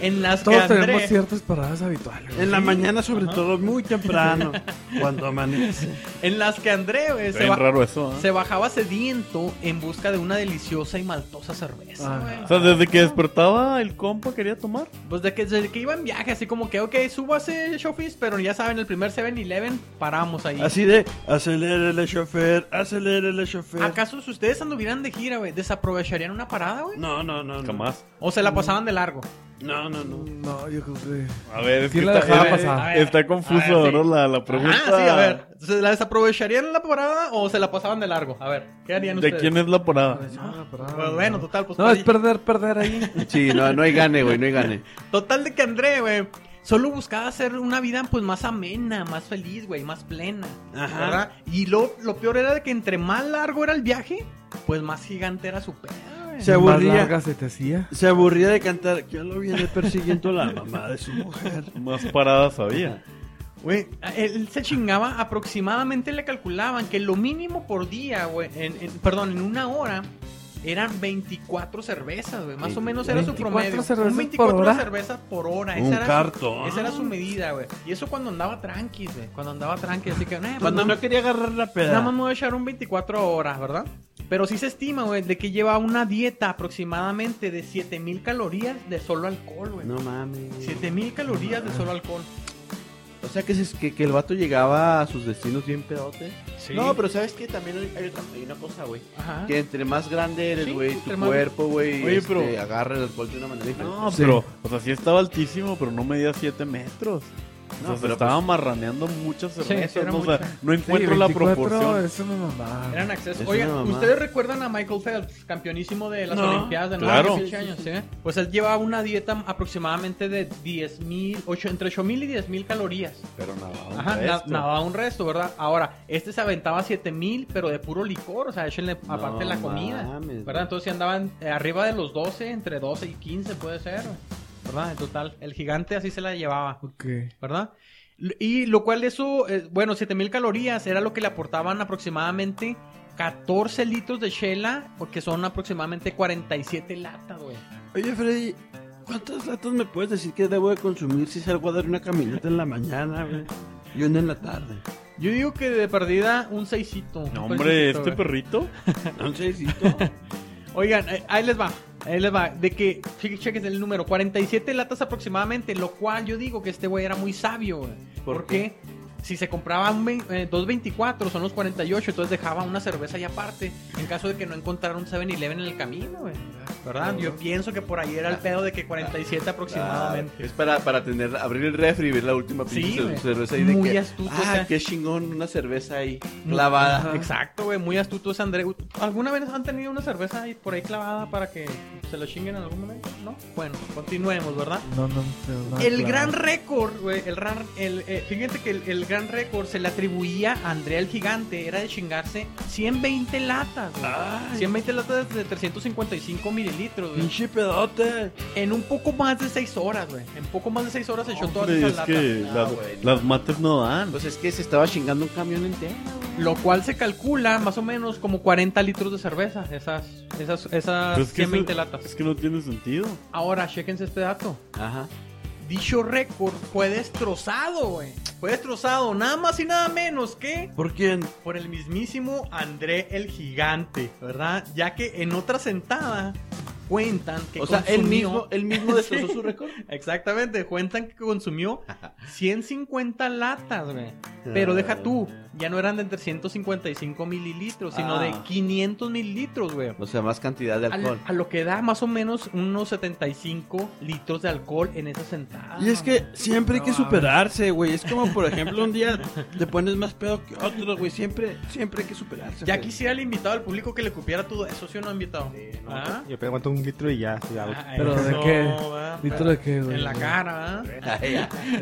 [SPEAKER 2] En las que
[SPEAKER 3] Todos tenemos
[SPEAKER 2] André,
[SPEAKER 3] ciertas paradas habituales.
[SPEAKER 1] En la mañana, sobre todo, muy temprano, cuando amanece.
[SPEAKER 2] en las que André, güey, se
[SPEAKER 5] Bien
[SPEAKER 2] va-
[SPEAKER 5] raro eso, ¿ah?
[SPEAKER 2] Se bajaba sediento en busca de una deliciosa y maltosa cerveza,
[SPEAKER 3] Ah.
[SPEAKER 2] güey.
[SPEAKER 5] O sea, desde que despertaba el compa quería tomar.
[SPEAKER 2] Pues de que, desde que iba en viaje, así como que, ok, súbase, chofis, pero ya saben, el primer 7-Eleven, paramos ahí.
[SPEAKER 1] Así de, acelérele, chofer, acelérele, chofer.
[SPEAKER 2] ¿Acaso si ustedes anduvieran de gira, güey, desaprovecharían una parada, güey?
[SPEAKER 1] No, no, no. No,
[SPEAKER 5] Jamás.
[SPEAKER 2] ¿O se la pasaban de largo?
[SPEAKER 1] no, no. no.
[SPEAKER 3] No, yo creo que.
[SPEAKER 5] A ver, es
[SPEAKER 3] Sí
[SPEAKER 5] que
[SPEAKER 3] la
[SPEAKER 5] está,
[SPEAKER 3] dejaba
[SPEAKER 5] eh,
[SPEAKER 3] pasar.
[SPEAKER 5] a ver, está confuso,
[SPEAKER 2] a ver, sí.
[SPEAKER 5] ¿no? La, la pregunta.
[SPEAKER 2] Ah, sí, a ver. ¿Se la desaprovecharían en la parada o se la pasaban de largo? A ver, ¿qué harían
[SPEAKER 5] ¿De
[SPEAKER 2] ustedes?
[SPEAKER 5] quién es la parada?
[SPEAKER 3] Ah, parada.
[SPEAKER 2] Pues bueno, total, pues
[SPEAKER 3] No,
[SPEAKER 2] pues,
[SPEAKER 3] es perder, perder ahí.
[SPEAKER 4] Sí, no, no hay gane, güey, no hay gane.
[SPEAKER 2] Total de que André, güey, solo buscaba hacer una vida pues más amena, más feliz, güey, más plena.
[SPEAKER 1] Ajá.
[SPEAKER 2] ¿verdad? Y lo, lo peor era de que entre más largo era el viaje, pues más gigante era su pedo, güey.
[SPEAKER 1] Se
[SPEAKER 3] Más
[SPEAKER 1] aburría.
[SPEAKER 3] larga se te hacía.
[SPEAKER 1] Se aburría de cantar. Yo lo viene persiguiendo la mamá de su mujer.
[SPEAKER 5] Más paradas había.
[SPEAKER 2] Güey, él se chingaba aproximadamente, le calculaban que lo mínimo por día, güey, en, en- perdón, en una hora eran 24 cervezas, güey. Más o menos era su
[SPEAKER 3] 24
[SPEAKER 2] promedio.
[SPEAKER 3] cervezas
[SPEAKER 2] Un
[SPEAKER 3] por
[SPEAKER 2] 24
[SPEAKER 3] hora.
[SPEAKER 2] cervezas por hora.
[SPEAKER 1] Un
[SPEAKER 2] Ah, esa, era
[SPEAKER 1] cartón.
[SPEAKER 2] Su, esa era su medida, güey. Y eso cuando andaba tranqui, güey. Cuando andaba tranqui, así que, eh, pues,
[SPEAKER 1] Cuando
[SPEAKER 2] no-
[SPEAKER 1] no quería agarrar la
[SPEAKER 2] Nada más
[SPEAKER 1] peda.
[SPEAKER 2] me voy a echar un 24 horas, ¿verdad? Pero sí se estima, güey, de que lleva una dieta aproximadamente de 7000 calorías de solo alcohol, güey.
[SPEAKER 4] No mames.
[SPEAKER 2] 7000 calorías de solo alcohol.
[SPEAKER 4] O sea, que, se- que, que el vato llegaba a sus destinos bien pedote.
[SPEAKER 2] Sí.
[SPEAKER 4] No, pero ¿sabes qué? También hay, hay otra- hay una cosa, güey.
[SPEAKER 2] Ajá.
[SPEAKER 4] Que entre más grande eres,
[SPEAKER 2] Sí,
[SPEAKER 4] güey,
[SPEAKER 2] entre
[SPEAKER 4] tu
[SPEAKER 2] más-
[SPEAKER 4] cuerpo, güey,
[SPEAKER 5] Oye,
[SPEAKER 4] este,
[SPEAKER 5] pero-
[SPEAKER 4] agarra el alcohol de una manera diferente.
[SPEAKER 5] No, pero, o sea, sí estaba altísimo, pero no medía 7 metros. O
[SPEAKER 4] No,
[SPEAKER 5] sea, se
[SPEAKER 4] pero pues
[SPEAKER 5] estaba amarraneando muchas cervezas.
[SPEAKER 2] sí, era
[SPEAKER 5] ¿no? O sea,
[SPEAKER 2] mucha.
[SPEAKER 5] no
[SPEAKER 3] Sí,
[SPEAKER 5] encuentro la
[SPEAKER 3] 24
[SPEAKER 5] proporción.
[SPEAKER 3] Es una mamá.
[SPEAKER 2] Eran acceso.
[SPEAKER 4] Es
[SPEAKER 2] Oigan,
[SPEAKER 4] una mamá.
[SPEAKER 2] ¿ustedes recuerdan a Michael Phelps, campeonísimo de las
[SPEAKER 1] No,
[SPEAKER 2] Olimpiadas de
[SPEAKER 5] claro.
[SPEAKER 2] 15 años? ¿sí? Pues él llevaba una dieta aproximadamente de 10.000, ocho- entre 8.000 y 10.000 calorías.
[SPEAKER 4] Pero nada.
[SPEAKER 2] Ajá, na- nadaba un resto, ¿verdad? Ahora, este se aventaba 7000, pero de puro licor, o sea, échenle
[SPEAKER 4] No
[SPEAKER 2] aparte la comida,
[SPEAKER 4] mames, güey.
[SPEAKER 2] ¿verdad? Entonces si andaban eh, arriba de los 12, entre 12 y 15 puede ser, ¿verdad? En total, el gigante así se la llevaba,
[SPEAKER 3] Ok.
[SPEAKER 2] ¿verdad? L- Y lo cual eso, eh, bueno, 7000 calorías era lo que le aportaban aproximadamente 14 litros de chela, porque son aproximadamente 47 latas, güey.
[SPEAKER 1] Oye, Freddy, ¿cuántas latas me puedes decir que debo de consumir si salgo a dar una caminata en la mañana, güey? Y una en la tarde.
[SPEAKER 2] Yo digo que de perdida un seisito. un
[SPEAKER 5] No, hombre,
[SPEAKER 2] seisito,
[SPEAKER 5] este
[SPEAKER 2] güey.
[SPEAKER 5] perrito.
[SPEAKER 1] ¿Un seisito?
[SPEAKER 2] Oigan, eh, ahí les va. Ahí les va. De que, cheque- chequen el número, 47 latas aproximadamente, lo cual yo digo que este güey era muy sabio. güey.
[SPEAKER 4] ¿Por
[SPEAKER 2] Porque si se compraba un vein- eh, 2.24, son los 48, entonces dejaba una cerveza ahí aparte, en caso de que no encontrara un 7-Eleven en el camino, güey. ¿Verdad? Yo pienso que por ahí era el pedo de que 47 aproximadamente.
[SPEAKER 4] es para, para tener, abrir el refri y ver la última
[SPEAKER 2] Sí,
[SPEAKER 4] pinche
[SPEAKER 2] güey.
[SPEAKER 4] cer- cerveza ahí de
[SPEAKER 2] Muy
[SPEAKER 4] que,
[SPEAKER 2] astuto,
[SPEAKER 4] Ah,
[SPEAKER 2] o sea.
[SPEAKER 4] qué chingón, una cerveza ahí clavada.
[SPEAKER 2] Exacto, güey, muy astuto ese André. ¿Alguna vez han tenido una cerveza ahí por ahí clavada para que se lo chinguen en algún momento? ¿No? Bueno, continuemos, ¿verdad?
[SPEAKER 7] No, no,
[SPEAKER 5] Ah,
[SPEAKER 7] no,
[SPEAKER 2] El
[SPEAKER 7] claro.
[SPEAKER 2] gran récord, güey, el, ran- el, eh, fíjate que el, el gran récord se le atribuía a Andrea el Gigante, era de chingarse 120 latas, güey. 120 latas de 355 mililitros, güey.
[SPEAKER 1] Pinche pedote.
[SPEAKER 2] En un poco más de 6 horas, güey. En poco más de 6 horas se echó todas
[SPEAKER 5] Hombre,
[SPEAKER 2] esas
[SPEAKER 5] es
[SPEAKER 2] latas.
[SPEAKER 5] que
[SPEAKER 4] Ah,
[SPEAKER 5] las,
[SPEAKER 4] güey,
[SPEAKER 5] las mates no dan.
[SPEAKER 4] Pues es que se estaba chingando un camión entero.
[SPEAKER 2] Lo cual se calcula más o menos como 40 litros de cerveza, esas, esas, esas
[SPEAKER 5] Pues es que
[SPEAKER 2] 120
[SPEAKER 5] eso-
[SPEAKER 2] latas.
[SPEAKER 5] Es que no tiene sentido.
[SPEAKER 2] Ahora, chequense este dato.
[SPEAKER 4] Ajá.
[SPEAKER 2] Dicho récord fue destrozado, güey. Fue destrozado nada más y nada menos que
[SPEAKER 1] ¿Por quién?
[SPEAKER 2] por el mismísimo André el Gigante, ¿verdad? Ya que en otra sentada cuentan que
[SPEAKER 4] O sea, él
[SPEAKER 2] consumió-
[SPEAKER 4] mismo, él mismo destrozó
[SPEAKER 2] Sí.
[SPEAKER 4] su récord.
[SPEAKER 2] Exactamente, cuentan que consumió 150 latas, güey.
[SPEAKER 4] Ah.
[SPEAKER 2] Pero deja tú, ya no eran de 355 mililitros, sino
[SPEAKER 4] Ah.
[SPEAKER 2] de 500 mililitros, güey.
[SPEAKER 4] O sea, más cantidad de
[SPEAKER 2] Al-
[SPEAKER 4] alcohol.
[SPEAKER 2] a lo que da más o menos unos 75 litros de alcohol en esa sentada.
[SPEAKER 1] Y es que siempre hay que superarse, güey. Es como, por ejemplo, un día te pones más pedo que otro, güey. Siempre, siempre hay que superarse.
[SPEAKER 2] Ya
[SPEAKER 1] güey.
[SPEAKER 2] quisiera el invitado al público que le cupiera todo eso, ¿sí o no, invitado? ¿Ah?
[SPEAKER 6] Yo aguanto un litro y ya estoy out.
[SPEAKER 2] Ah,
[SPEAKER 7] pues, ¿Pero de
[SPEAKER 2] eso,
[SPEAKER 7] qué?
[SPEAKER 2] ¿verdad?
[SPEAKER 7] ¿Litro de qué, güey?
[SPEAKER 2] En la cara, ¿ah?
[SPEAKER 6] Ay,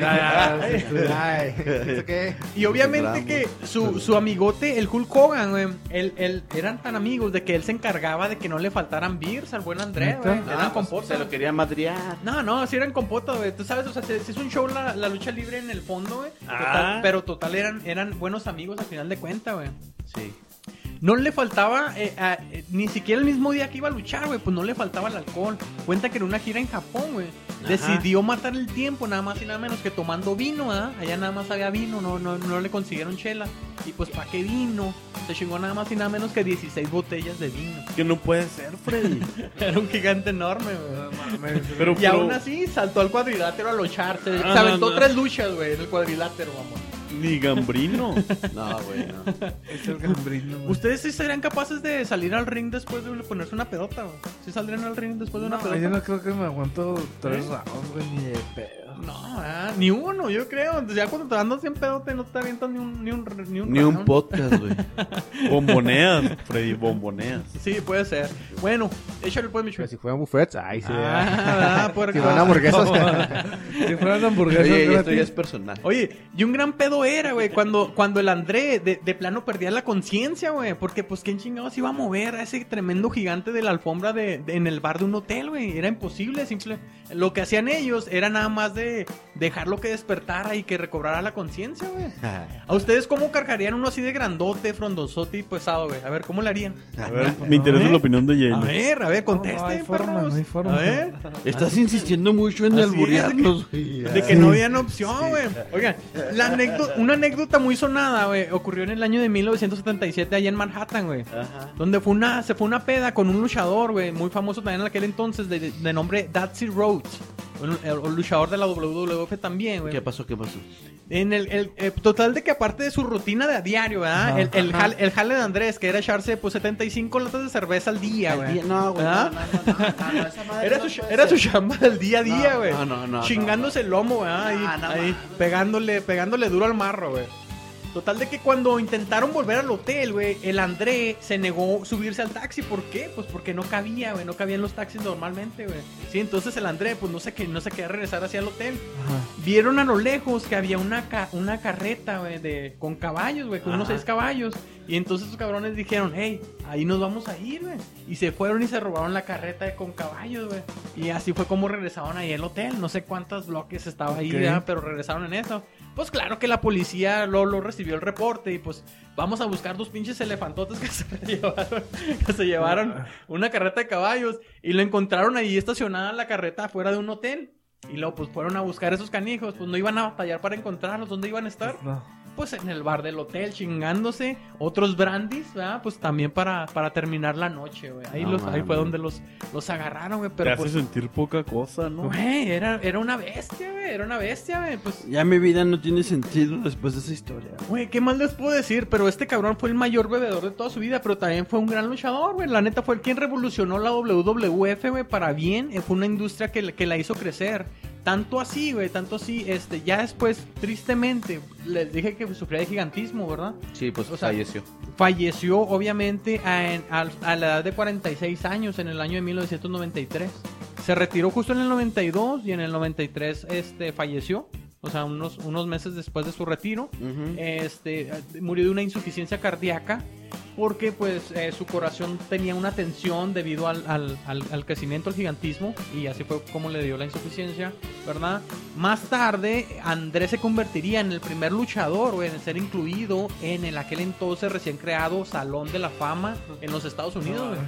[SPEAKER 6] ay, ¿eso qué?
[SPEAKER 2] Y obviamente que su, su amigote, el Hulk Hogan, güey, él, él- eran tan amigos de que él se encargaba de que no le faltaran beers al buen Andrés,
[SPEAKER 7] ¿Neta?
[SPEAKER 2] güey. Le
[SPEAKER 4] Ah,
[SPEAKER 2] daban
[SPEAKER 4] pues,
[SPEAKER 2] compota.
[SPEAKER 4] se lo quería madrear.
[SPEAKER 2] No, no, si eran compota, güey. Tú sabes, o sea, si, si es un show la, la lucha libre en el fondo, güey. Total- Pero total eran, eran buenos amigos al final de cuenta, güey.
[SPEAKER 4] Sí.
[SPEAKER 2] No le faltaba, eh, a- eh, ni siquiera el mismo día que iba a luchar, güey, pues no le faltaba el alcohol. Cuenta que en una gira en Japón, güey, decidió matar el tiempo, nada más y nada menos que tomando vino, ¿ah? Allá nada más había vino, no, no, no le consiguieron chela. Y pues, ¿para qué vino? Se chingó nada más y nada menos que 16 botellas de vino.
[SPEAKER 5] Que no puede ser, Freddy.
[SPEAKER 2] Era un gigante enorme, güey.
[SPEAKER 5] Pero,
[SPEAKER 2] Y
[SPEAKER 5] pero-
[SPEAKER 2] aún así saltó al cuadrilátero a luchar. Se,
[SPEAKER 5] Ah,
[SPEAKER 2] se aventó
[SPEAKER 5] no, no.
[SPEAKER 2] tres luchas, güey, en el cuadrilátero, vamos.
[SPEAKER 5] Ni gambrino.
[SPEAKER 4] No, güey, no.
[SPEAKER 7] Es el gambrino, güey.
[SPEAKER 2] ¿Ustedes sí serían capaces de salir al ring después de ponerse una pedota, güey? ¿Sí saldrían al ring después de una ¿Eh?
[SPEAKER 7] No,
[SPEAKER 2] pedota?
[SPEAKER 7] yo no creo que me aguanto tres rounds, güey, ni de pedo.
[SPEAKER 2] No, ah, ni uno, yo creo. Ya cuando te andas bien pedote, no te avientas ni un. Ni un, ni un
[SPEAKER 4] Ni un
[SPEAKER 2] round.
[SPEAKER 4] podcast, güey.
[SPEAKER 5] Bomboneas, Freddy, bomboneas.
[SPEAKER 2] Sí, puede ser. Bueno, échale pues, mi chulo.
[SPEAKER 6] Pero si fueran buffets, ay, sí.
[SPEAKER 2] Ah, puerco.
[SPEAKER 6] Si fueran hamburguesas.
[SPEAKER 7] Si fueran hamburguesas
[SPEAKER 4] Oye, esto ya
[SPEAKER 7] gratis,
[SPEAKER 4] es personal.
[SPEAKER 2] Oye, y un gran pedo era, güey, cuando, cuando el André de, de plano perdía la conciencia, güey. Porque, pues, ¿quién chingados iba a mover a ese tremendo gigante de la alfombra de, de- en el bar de un hotel, güey? Era imposible, simple. Lo que hacían ellos era nada más de dejarlo que despertara y que recobrara la conciencia, güey. ¿A ustedes cómo cargarían uno así de grandote, frondosote y pesado, güey? A ver, ¿cómo lo harían?
[SPEAKER 5] A ver, me interesa la opinión de
[SPEAKER 2] A
[SPEAKER 5] Jane.
[SPEAKER 2] ver, a ver,
[SPEAKER 7] No, no hay
[SPEAKER 2] contesten,
[SPEAKER 7] forma,
[SPEAKER 2] perros.
[SPEAKER 7] no hay forma.
[SPEAKER 2] A ver.
[SPEAKER 1] Estás insistiendo mucho en
[SPEAKER 2] Así es,
[SPEAKER 1] alburearnos, güey.
[SPEAKER 2] De que no habían opción, güey. Oigan, la anécdota, una anécdota muy sonada, güey, ocurrió en el año de 1977 allá en Manhattan, güey. Donde fue una, se fue una peda con un luchador, güey, muy famoso también en aquel entonces, de, de nombre Datsy Rhodes. Un, el- un luchador de la WWF también, güey.
[SPEAKER 4] ¿Qué pasó? ¿Qué pasó?
[SPEAKER 2] En el, el- eh, total de que aparte de su rutina de a diario, ¿verdad?
[SPEAKER 7] Ajá.
[SPEAKER 2] el, el, jal- el jale de Andrés, que era echarse pues 75 latas de cerveza al día, güey.
[SPEAKER 4] No, güey.
[SPEAKER 2] ¿Ah?
[SPEAKER 4] No, no, no, no, no, no, esa madre
[SPEAKER 2] Era
[SPEAKER 4] no
[SPEAKER 2] su,
[SPEAKER 4] puede
[SPEAKER 2] era su
[SPEAKER 4] ser.
[SPEAKER 2] chamba del día a día,
[SPEAKER 4] No,
[SPEAKER 2] güey.
[SPEAKER 4] no, no, no,
[SPEAKER 2] Chingándose el lomo, güey. Ahí,
[SPEAKER 4] No, no
[SPEAKER 2] ahí,
[SPEAKER 4] mames.
[SPEAKER 2] pegándole, pegándole duro al marro, güey. Total de que cuando intentaron volver al hotel, güey, el André se negó subirse al taxi. ¿Por qué? Pues porque no cabía, güey. No cabían los taxis normalmente, güey. Sí, entonces el André, pues no se, que, no se quería regresar hacia el hotel. Vieron a lo lejos que había una, ca- una carreta, güey, de- con caballos, güey, con unos seis caballos. Y entonces los cabrones dijeron, hey, ahí nos vamos a ir, güey. Y se fueron y se robaron la carreta de- con caballos, güey. Y así fue como regresaron ahí al hotel. No sé cuántos bloques estaba ahí,
[SPEAKER 7] Ok.
[SPEAKER 2] ¿verdad? pero regresaron en eso. Pues claro que la policía lo, lo recibió el reporte y pues vamos a buscar dos pinches elefantotes que se llevaron, que se
[SPEAKER 7] Ah.
[SPEAKER 2] llevaron una carreta de caballos y lo encontraron ahí estacionada la carreta afuera de un hotel. Y luego pues fueron a buscar esos canijos, pues no iban a batallar para encontrarlos, ¿dónde iban a estar? Pues en el bar del hotel chingándose, otros brandies, ¿verdad? Pues también para, para terminar la noche, güey. Ahí,
[SPEAKER 4] No
[SPEAKER 2] los- ahí fue
[SPEAKER 4] mames.
[SPEAKER 2] donde los, los agarraron, güey,
[SPEAKER 5] Te
[SPEAKER 2] pero
[SPEAKER 5] hace
[SPEAKER 2] pues...
[SPEAKER 5] sentir poca cosa, ¿no?
[SPEAKER 2] Güey, era, era una bestia, güey, era una bestia, güey, pues...
[SPEAKER 1] Ya mi vida no tiene sentido después de esa historia.
[SPEAKER 2] Güey, ¿qué más les puedo decir? Pero este cabrón fue el mayor bebedor de toda su vida, pero también fue un gran luchador, güey. La neta fue el quien revolucionó la WWF, güey, para bien. Eh, Fue una industria que, la- que la hizo crecer. Tanto así, güey, tanto así, este, ya después, tristemente, les dije que sufría de gigantismo, ¿verdad?
[SPEAKER 4] Sí, pues
[SPEAKER 2] O sea,
[SPEAKER 4] falleció.
[SPEAKER 2] Falleció, obviamente, a, en- al- a la edad de 46 años, en el año de 1993. Se retiró justo en el 92 y en el 93, este, falleció. O sea, unos, unos meses después de su retiro este, murió de una insuficiencia cardíaca porque pues eh, su corazón tenía una tensión debido al, al- al- al crecimiento, al gigantismo y así fue como le dio la insuficiencia, ¿verdad? Más tarde Andrés se convertiría en el primer luchador o en ser incluido en el aquel entonces recién creado Salón de la Fama en los Estados Unidos. güey.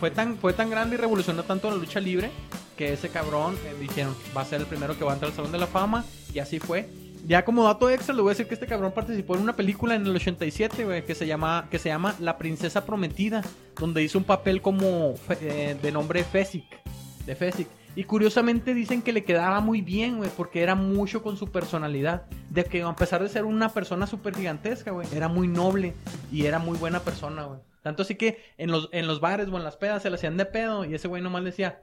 [SPEAKER 2] Fue tan, fue tan grande y revolucionó tanto la lucha libre que ese cabrón eh, dijeron va a ser el primero que va a entrar al Salón de la Fama y así fue. Ya como dato extra le voy a decir que este cabrón participó en una película en el 87, güey, que se llama que se llama La princesa prometida, donde hizo un papel como fe- eh, de nombre Fesic, de Fesic. Y curiosamente dicen que le quedaba muy bien, güey, porque era mucho con su personalidad, de que a pesar de ser una persona súper gigantesca, güey, era muy noble y era muy buena persona, güey. Tanto así que en los en los bares o en las pedas se le hacían de pedo y ese güey nomás decía,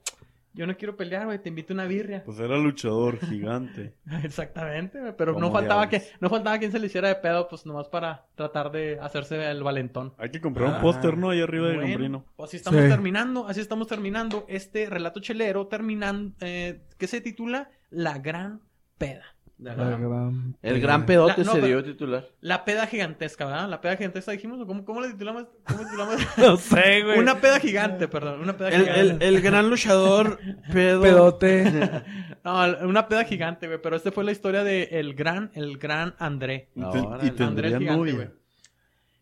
[SPEAKER 2] "Yo no quiero pelear, güey, te invito una birria."
[SPEAKER 5] Pues era luchador gigante.
[SPEAKER 2] Exactamente, güey, pero no
[SPEAKER 5] ¿Cómo
[SPEAKER 2] faltaba que
[SPEAKER 5] diablos?
[SPEAKER 2] no faltaba quien se le hiciera de pedo, pues nomás para tratar de hacerse el valentón.
[SPEAKER 5] Hay que comprar
[SPEAKER 1] Ah.
[SPEAKER 5] un póster, ¿no? Ahí arriba de
[SPEAKER 2] Bueno,
[SPEAKER 5] Gambrino.
[SPEAKER 2] pues así estamos
[SPEAKER 7] Sí.
[SPEAKER 2] terminando, así estamos terminando este relato chelero terminan eh, que se titula La gran peda. La,
[SPEAKER 4] El gran pedote
[SPEAKER 2] La- no,
[SPEAKER 4] se
[SPEAKER 2] pero-
[SPEAKER 4] dio titular.
[SPEAKER 2] la peda gigantesca, ¿verdad? La peda gigantesca dijimos, ¿o ¿cómo, cómo le titulamos? cómo titulamos?
[SPEAKER 5] No sé,
[SPEAKER 2] una peda gigante, perdón, una peda
[SPEAKER 1] El,
[SPEAKER 2] gigante.
[SPEAKER 1] el- el gran luchador pedo.
[SPEAKER 7] Pedote.
[SPEAKER 2] No, una peda gigante, güey, pero esta fue la historia de el gran, el gran André.
[SPEAKER 5] Y, te-
[SPEAKER 4] Ahora,
[SPEAKER 5] y
[SPEAKER 4] el
[SPEAKER 2] Andrés
[SPEAKER 5] tendría
[SPEAKER 2] gigante,
[SPEAKER 5] novia.
[SPEAKER 2] güey.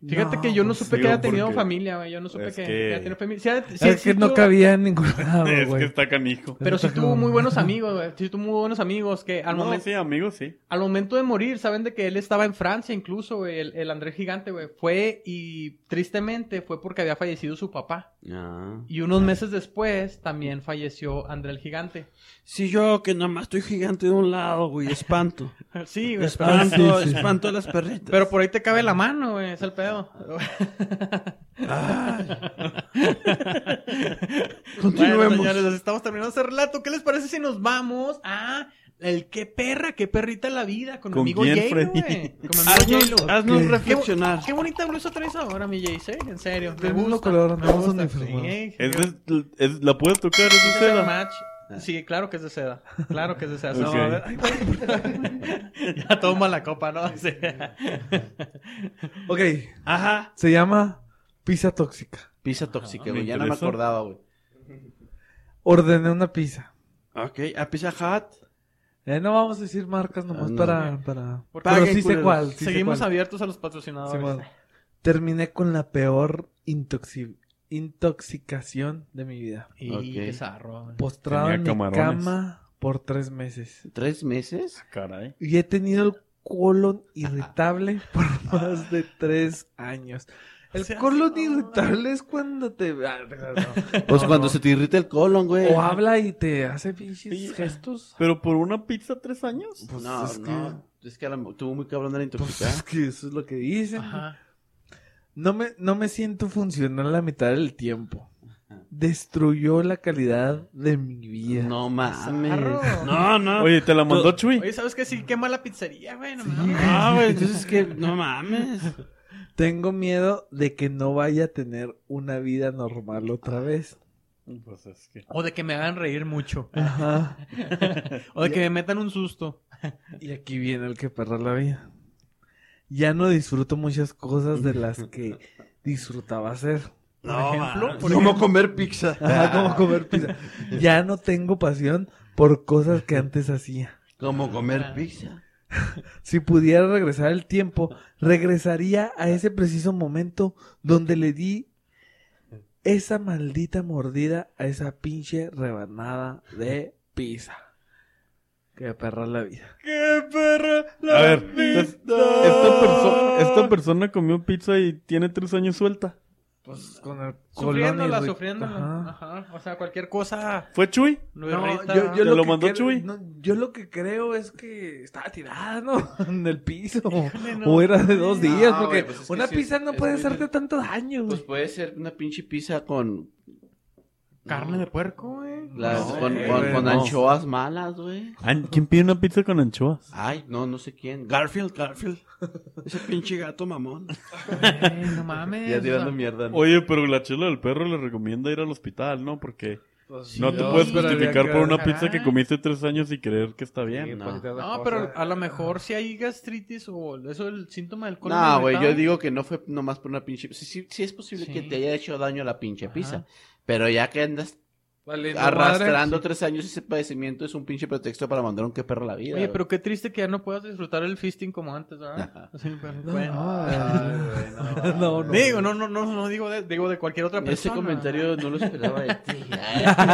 [SPEAKER 2] Fíjate que yo no
[SPEAKER 5] pues,
[SPEAKER 2] supe
[SPEAKER 5] digo,
[SPEAKER 2] que haya tenido
[SPEAKER 5] porque-
[SPEAKER 2] familia, güey. Yo no supe
[SPEAKER 5] Es
[SPEAKER 2] que,
[SPEAKER 5] que-
[SPEAKER 2] que haya tenido familia. Sí, ha- sí
[SPEAKER 7] es que no
[SPEAKER 2] tuvo-
[SPEAKER 7] cabía en ningún lado,
[SPEAKER 5] es que
[SPEAKER 7] güey.
[SPEAKER 5] está canijo.
[SPEAKER 2] Pero sí tuvo muy buenos amigos, güey. Sí tuvo muy buenos amigos que al,
[SPEAKER 5] no,
[SPEAKER 2] momento,
[SPEAKER 5] sí, amigo, sí.
[SPEAKER 2] al momento de morir, saben de que él estaba en Francia incluso, güey. El, el Andrés Gigante, güey. Fue y tristemente fue porque había fallecido su papá.
[SPEAKER 4] Ah.
[SPEAKER 2] Y unos meses después también falleció André el Gigante.
[SPEAKER 1] Si yo que nomás estoy gigante de un lado, güey, espanto.
[SPEAKER 2] Sí, güey. pero-
[SPEAKER 1] Espanto,
[SPEAKER 7] Ah, sí, sí.
[SPEAKER 1] espanto a las perritas.
[SPEAKER 2] Pero por ahí te cabe la mano, güey. Es el pedo. Bueno,
[SPEAKER 1] Continuemos.
[SPEAKER 2] señores, estamos terminando este relato. ¿Qué les parece si nos vamos a el qué perra, qué perrita la vida con, mi
[SPEAKER 5] ¿Con
[SPEAKER 2] amigo J-Lo,
[SPEAKER 5] quién, Freddy?
[SPEAKER 2] güey? Con mi
[SPEAKER 7] Ah,
[SPEAKER 2] amigo
[SPEAKER 1] haznos,
[SPEAKER 2] J-Lo.
[SPEAKER 1] haznos
[SPEAKER 7] Ok.
[SPEAKER 2] Qué, bo-
[SPEAKER 1] reflexionar.
[SPEAKER 2] qué bonita blusa traes ahora, mi Jace, ¿eh? en serio.
[SPEAKER 7] Del mismo color, andamos uniformados.
[SPEAKER 5] Es de- es- ¿La puedes tocar? ¿Es de seda?
[SPEAKER 2] Sí, claro que es de seda. Claro que es de seda.
[SPEAKER 5] Ok.
[SPEAKER 2] No, a ver, ay, ya toma la copa, ¿no? Sí.
[SPEAKER 7] Ok,
[SPEAKER 5] Ajá.
[SPEAKER 7] se llama pizza tóxica.
[SPEAKER 4] Pizza tóxica,
[SPEAKER 2] Ah,
[SPEAKER 5] me
[SPEAKER 4] güey. Ya no me
[SPEAKER 5] interesa.
[SPEAKER 4] acordaba, güey.
[SPEAKER 7] Ordené una pizza.
[SPEAKER 1] Ok, a Pizza Hut.
[SPEAKER 7] Eh, no vamos a decir marcas nomás
[SPEAKER 4] Ah, no.
[SPEAKER 7] para, para...
[SPEAKER 2] Porque
[SPEAKER 7] Pero
[SPEAKER 1] Paguen,
[SPEAKER 7] sí sé
[SPEAKER 1] culeros.
[SPEAKER 7] cuál. sí sé
[SPEAKER 2] Seguimos
[SPEAKER 7] cuál.
[SPEAKER 2] abiertos a los
[SPEAKER 7] Sí,
[SPEAKER 2] patrocinadores.
[SPEAKER 7] bueno. Terminé con la peor intoxi- intoxicación de mi vida.
[SPEAKER 2] Y
[SPEAKER 4] Ok.
[SPEAKER 2] qué zarro, güey.
[SPEAKER 7] Postrado
[SPEAKER 5] Tenía
[SPEAKER 7] en mi
[SPEAKER 5] camarones.
[SPEAKER 7] cama por tres meses.
[SPEAKER 4] ¿Tres meses?
[SPEAKER 5] Caray.
[SPEAKER 7] Y he tenido el colon irritable por más de tres años. El
[SPEAKER 2] Seas-
[SPEAKER 7] colon
[SPEAKER 2] no.
[SPEAKER 7] irritable es cuando te... ah, no.
[SPEAKER 4] Pues
[SPEAKER 7] No,
[SPEAKER 4] cuando
[SPEAKER 7] no.
[SPEAKER 4] se te irrita el colon, güey.
[SPEAKER 7] O habla y te hace pinches
[SPEAKER 5] Sí.
[SPEAKER 7] gestos.
[SPEAKER 5] ¿Pero por una pizza tres años?
[SPEAKER 4] Pues no,
[SPEAKER 7] es que-
[SPEAKER 4] no. Es que a la- tuvo muy cabrón de la
[SPEAKER 7] Pues
[SPEAKER 4] intoxicación.
[SPEAKER 7] es que eso es lo que dicen.
[SPEAKER 2] Ajá.
[SPEAKER 7] No me, no me siento funcional la mitad del tiempo. Destruyó la calidad de mi vida.
[SPEAKER 4] no mames.
[SPEAKER 2] Zarro.
[SPEAKER 1] No, no.
[SPEAKER 5] Oye, ¿te la mandó Chuy?
[SPEAKER 2] Oye, ¿sabes qué? Sí, quema la pizzería, güey. No
[SPEAKER 7] Sí. Ah.
[SPEAKER 2] mames.
[SPEAKER 1] No, güey, entonces que no mames.
[SPEAKER 7] Tengo miedo de que no vaya a tener una vida normal otra vez.
[SPEAKER 5] Pues es que...
[SPEAKER 2] O de que me hagan reír mucho.
[SPEAKER 7] Ajá.
[SPEAKER 2] O de que me metan un susto.
[SPEAKER 7] Y aquí viene el que perra la vida. Ya no disfruto muchas cosas de las que disfrutaba hacer.
[SPEAKER 2] Por ejemplo, por
[SPEAKER 1] ¿Cómo comer pizza?
[SPEAKER 7] Ajá, como comer pizza. Ya no tengo pasión por cosas que antes hacía.
[SPEAKER 4] Como comer pizza.
[SPEAKER 7] si pudiera regresar el tiempo, regresaría a ese preciso momento donde le di esa maldita mordida a esa pinche rebanada de pizza. Qué perra la vida.
[SPEAKER 5] A ver, entonces, esta, perso- esta persona comió pizza y tiene tres años suelta.
[SPEAKER 7] Pues con el
[SPEAKER 2] Sufriéndola,
[SPEAKER 7] colon irri-
[SPEAKER 2] sufriéndola. Ah, Ajá. O sea, cualquier cosa
[SPEAKER 5] ¿Fue Chuy?
[SPEAKER 2] lo
[SPEAKER 7] No,
[SPEAKER 2] irrita.
[SPEAKER 7] yo,
[SPEAKER 5] ¿Te
[SPEAKER 7] yo
[SPEAKER 5] lo
[SPEAKER 7] que
[SPEAKER 5] mandó
[SPEAKER 7] cre-
[SPEAKER 5] Chuy?
[SPEAKER 7] no, yo lo que creo es que estaba tirada, ¿no? En el piso.
[SPEAKER 2] no.
[SPEAKER 7] O era de dos
[SPEAKER 4] No,
[SPEAKER 7] días,
[SPEAKER 4] güey,
[SPEAKER 7] porque
[SPEAKER 4] pues es que
[SPEAKER 7] una
[SPEAKER 4] sí,
[SPEAKER 7] pizza no
[SPEAKER 4] es
[SPEAKER 7] puede
[SPEAKER 4] muy
[SPEAKER 7] hacerte
[SPEAKER 4] bien.
[SPEAKER 7] tanto daño,
[SPEAKER 4] Pues
[SPEAKER 7] güey.
[SPEAKER 4] puede ser una pinche pizza con.
[SPEAKER 2] Carne de puerco, güey.
[SPEAKER 4] las-
[SPEAKER 7] No,
[SPEAKER 4] con,
[SPEAKER 7] güey,
[SPEAKER 4] con-
[SPEAKER 7] güey,
[SPEAKER 4] con
[SPEAKER 5] no.
[SPEAKER 4] anchoas malas, güey.
[SPEAKER 5] An- ¿Quién pide una pizza con anchoas?
[SPEAKER 4] Ay, no, no sé quién. Gar-
[SPEAKER 1] Garfield, Garfield. Ese pinche gato mamón.
[SPEAKER 2] Ey, no mames.
[SPEAKER 4] Ya
[SPEAKER 2] o
[SPEAKER 4] tirando
[SPEAKER 2] sea,
[SPEAKER 4] mierda. ¿no?
[SPEAKER 5] Oye, pero la chela del perro le recomienda ir al hospital, ¿no? Porque pues, no te
[SPEAKER 7] yo
[SPEAKER 5] puedes
[SPEAKER 7] esperaría
[SPEAKER 5] justificar
[SPEAKER 7] que-
[SPEAKER 5] por una
[SPEAKER 2] caray.
[SPEAKER 5] pizza que comiste tres años y creer que está bien.
[SPEAKER 6] pues,
[SPEAKER 4] no.
[SPEAKER 2] No, pero a lo mejor si hay gastritis o eso es el síntoma del colon.
[SPEAKER 4] No, güey,
[SPEAKER 2] irritado.
[SPEAKER 4] yo digo que no fue nomás por una pinche. Sí, sí, sí es posible
[SPEAKER 2] Sí.
[SPEAKER 4] que te haya hecho daño la pinche
[SPEAKER 2] Ajá.
[SPEAKER 4] pizza. Pero ya que andas
[SPEAKER 3] Valiendo
[SPEAKER 4] arrastrando tres años ese padecimiento es un pinche pretexto para mandar un que perro a la vida.
[SPEAKER 2] Oye,
[SPEAKER 4] güey.
[SPEAKER 2] pero qué triste que ya no puedas disfrutar el fisting como antes, ¿verdad? Sí, pero bueno.
[SPEAKER 7] No, no, no.
[SPEAKER 2] Digo, no, no, no, no digo de, digo de cualquier otra
[SPEAKER 4] Ese
[SPEAKER 2] persona.
[SPEAKER 4] comentario no lo esperaba de ti.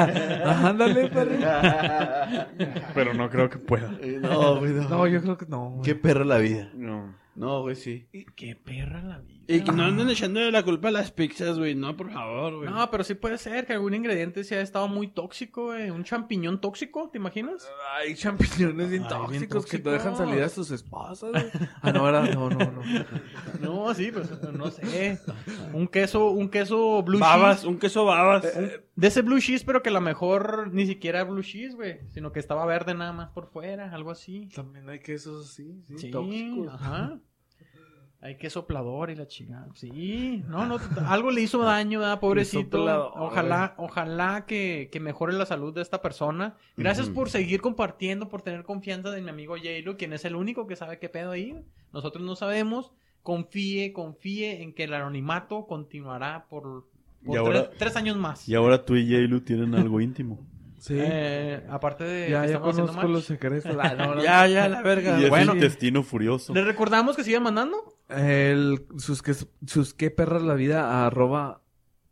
[SPEAKER 7] Ándale, perro.
[SPEAKER 5] Pero no creo que pueda.
[SPEAKER 4] no,
[SPEAKER 1] pues.
[SPEAKER 4] güey, no.
[SPEAKER 7] No, yo creo que no. güey.
[SPEAKER 4] Qué perro la vida.
[SPEAKER 5] No.
[SPEAKER 4] No, güey, sí.
[SPEAKER 2] Qué perra la vida.
[SPEAKER 1] Y que no anden echándole la culpa a las pizzas, güey. No, por favor, güey.
[SPEAKER 2] No, pero sí puede ser que algún ingrediente se haya estado muy tóxico, güey. Un champiñón tóxico, ¿te imaginas?
[SPEAKER 7] Hay champiñones bien
[SPEAKER 2] Ay, bien
[SPEAKER 7] tóxicos que no
[SPEAKER 2] tóxicos.
[SPEAKER 7] dejan salir a sus esposas. güey. Ah, no, era- no, no, no.
[SPEAKER 2] No, sí, pues no sé. Un queso, un queso blue
[SPEAKER 1] babas,
[SPEAKER 2] cheese.
[SPEAKER 1] un queso babas.
[SPEAKER 7] Eh,
[SPEAKER 2] De ese blue cheese, pero que a lo mejor ni siquiera era blue cheese, güey. Sino que estaba verde nada más por fuera, algo así.
[SPEAKER 7] También hay quesos así, sí,
[SPEAKER 2] Sí,
[SPEAKER 7] tóxicos.
[SPEAKER 2] ajá. Hay que soplador y la chingada. Sí, no, no, t- algo le hizo daño, ¿verdad? pobrecito.
[SPEAKER 7] soplador,
[SPEAKER 2] Ojalá, ojalá que, que mejore la salud de esta persona. Gracias por seguir compartiendo, por tener confianza de mi amigo Jairo, quien es el único que sabe qué pedo ahí. Nosotros no sabemos. Confíe, confíe en que el anonimato continuará por, por
[SPEAKER 5] Y
[SPEAKER 2] tres,
[SPEAKER 5] ahora-
[SPEAKER 2] tres años más.
[SPEAKER 5] Y ahora tú y Jailu tienen algo íntimo.
[SPEAKER 7] Sí.
[SPEAKER 2] Eh, aparte de
[SPEAKER 7] ya,
[SPEAKER 2] que
[SPEAKER 7] ya
[SPEAKER 2] estamos haciendo
[SPEAKER 7] conozco los
[SPEAKER 2] match.
[SPEAKER 7] secretos. Ah, no, no.
[SPEAKER 1] Ya, ya, la verga.
[SPEAKER 5] Y es
[SPEAKER 2] Bueno.
[SPEAKER 5] intestino furioso.
[SPEAKER 2] ¿Les recordamos que sigan mandando?
[SPEAKER 7] El, sus, que, sus qué perras la vida a arroba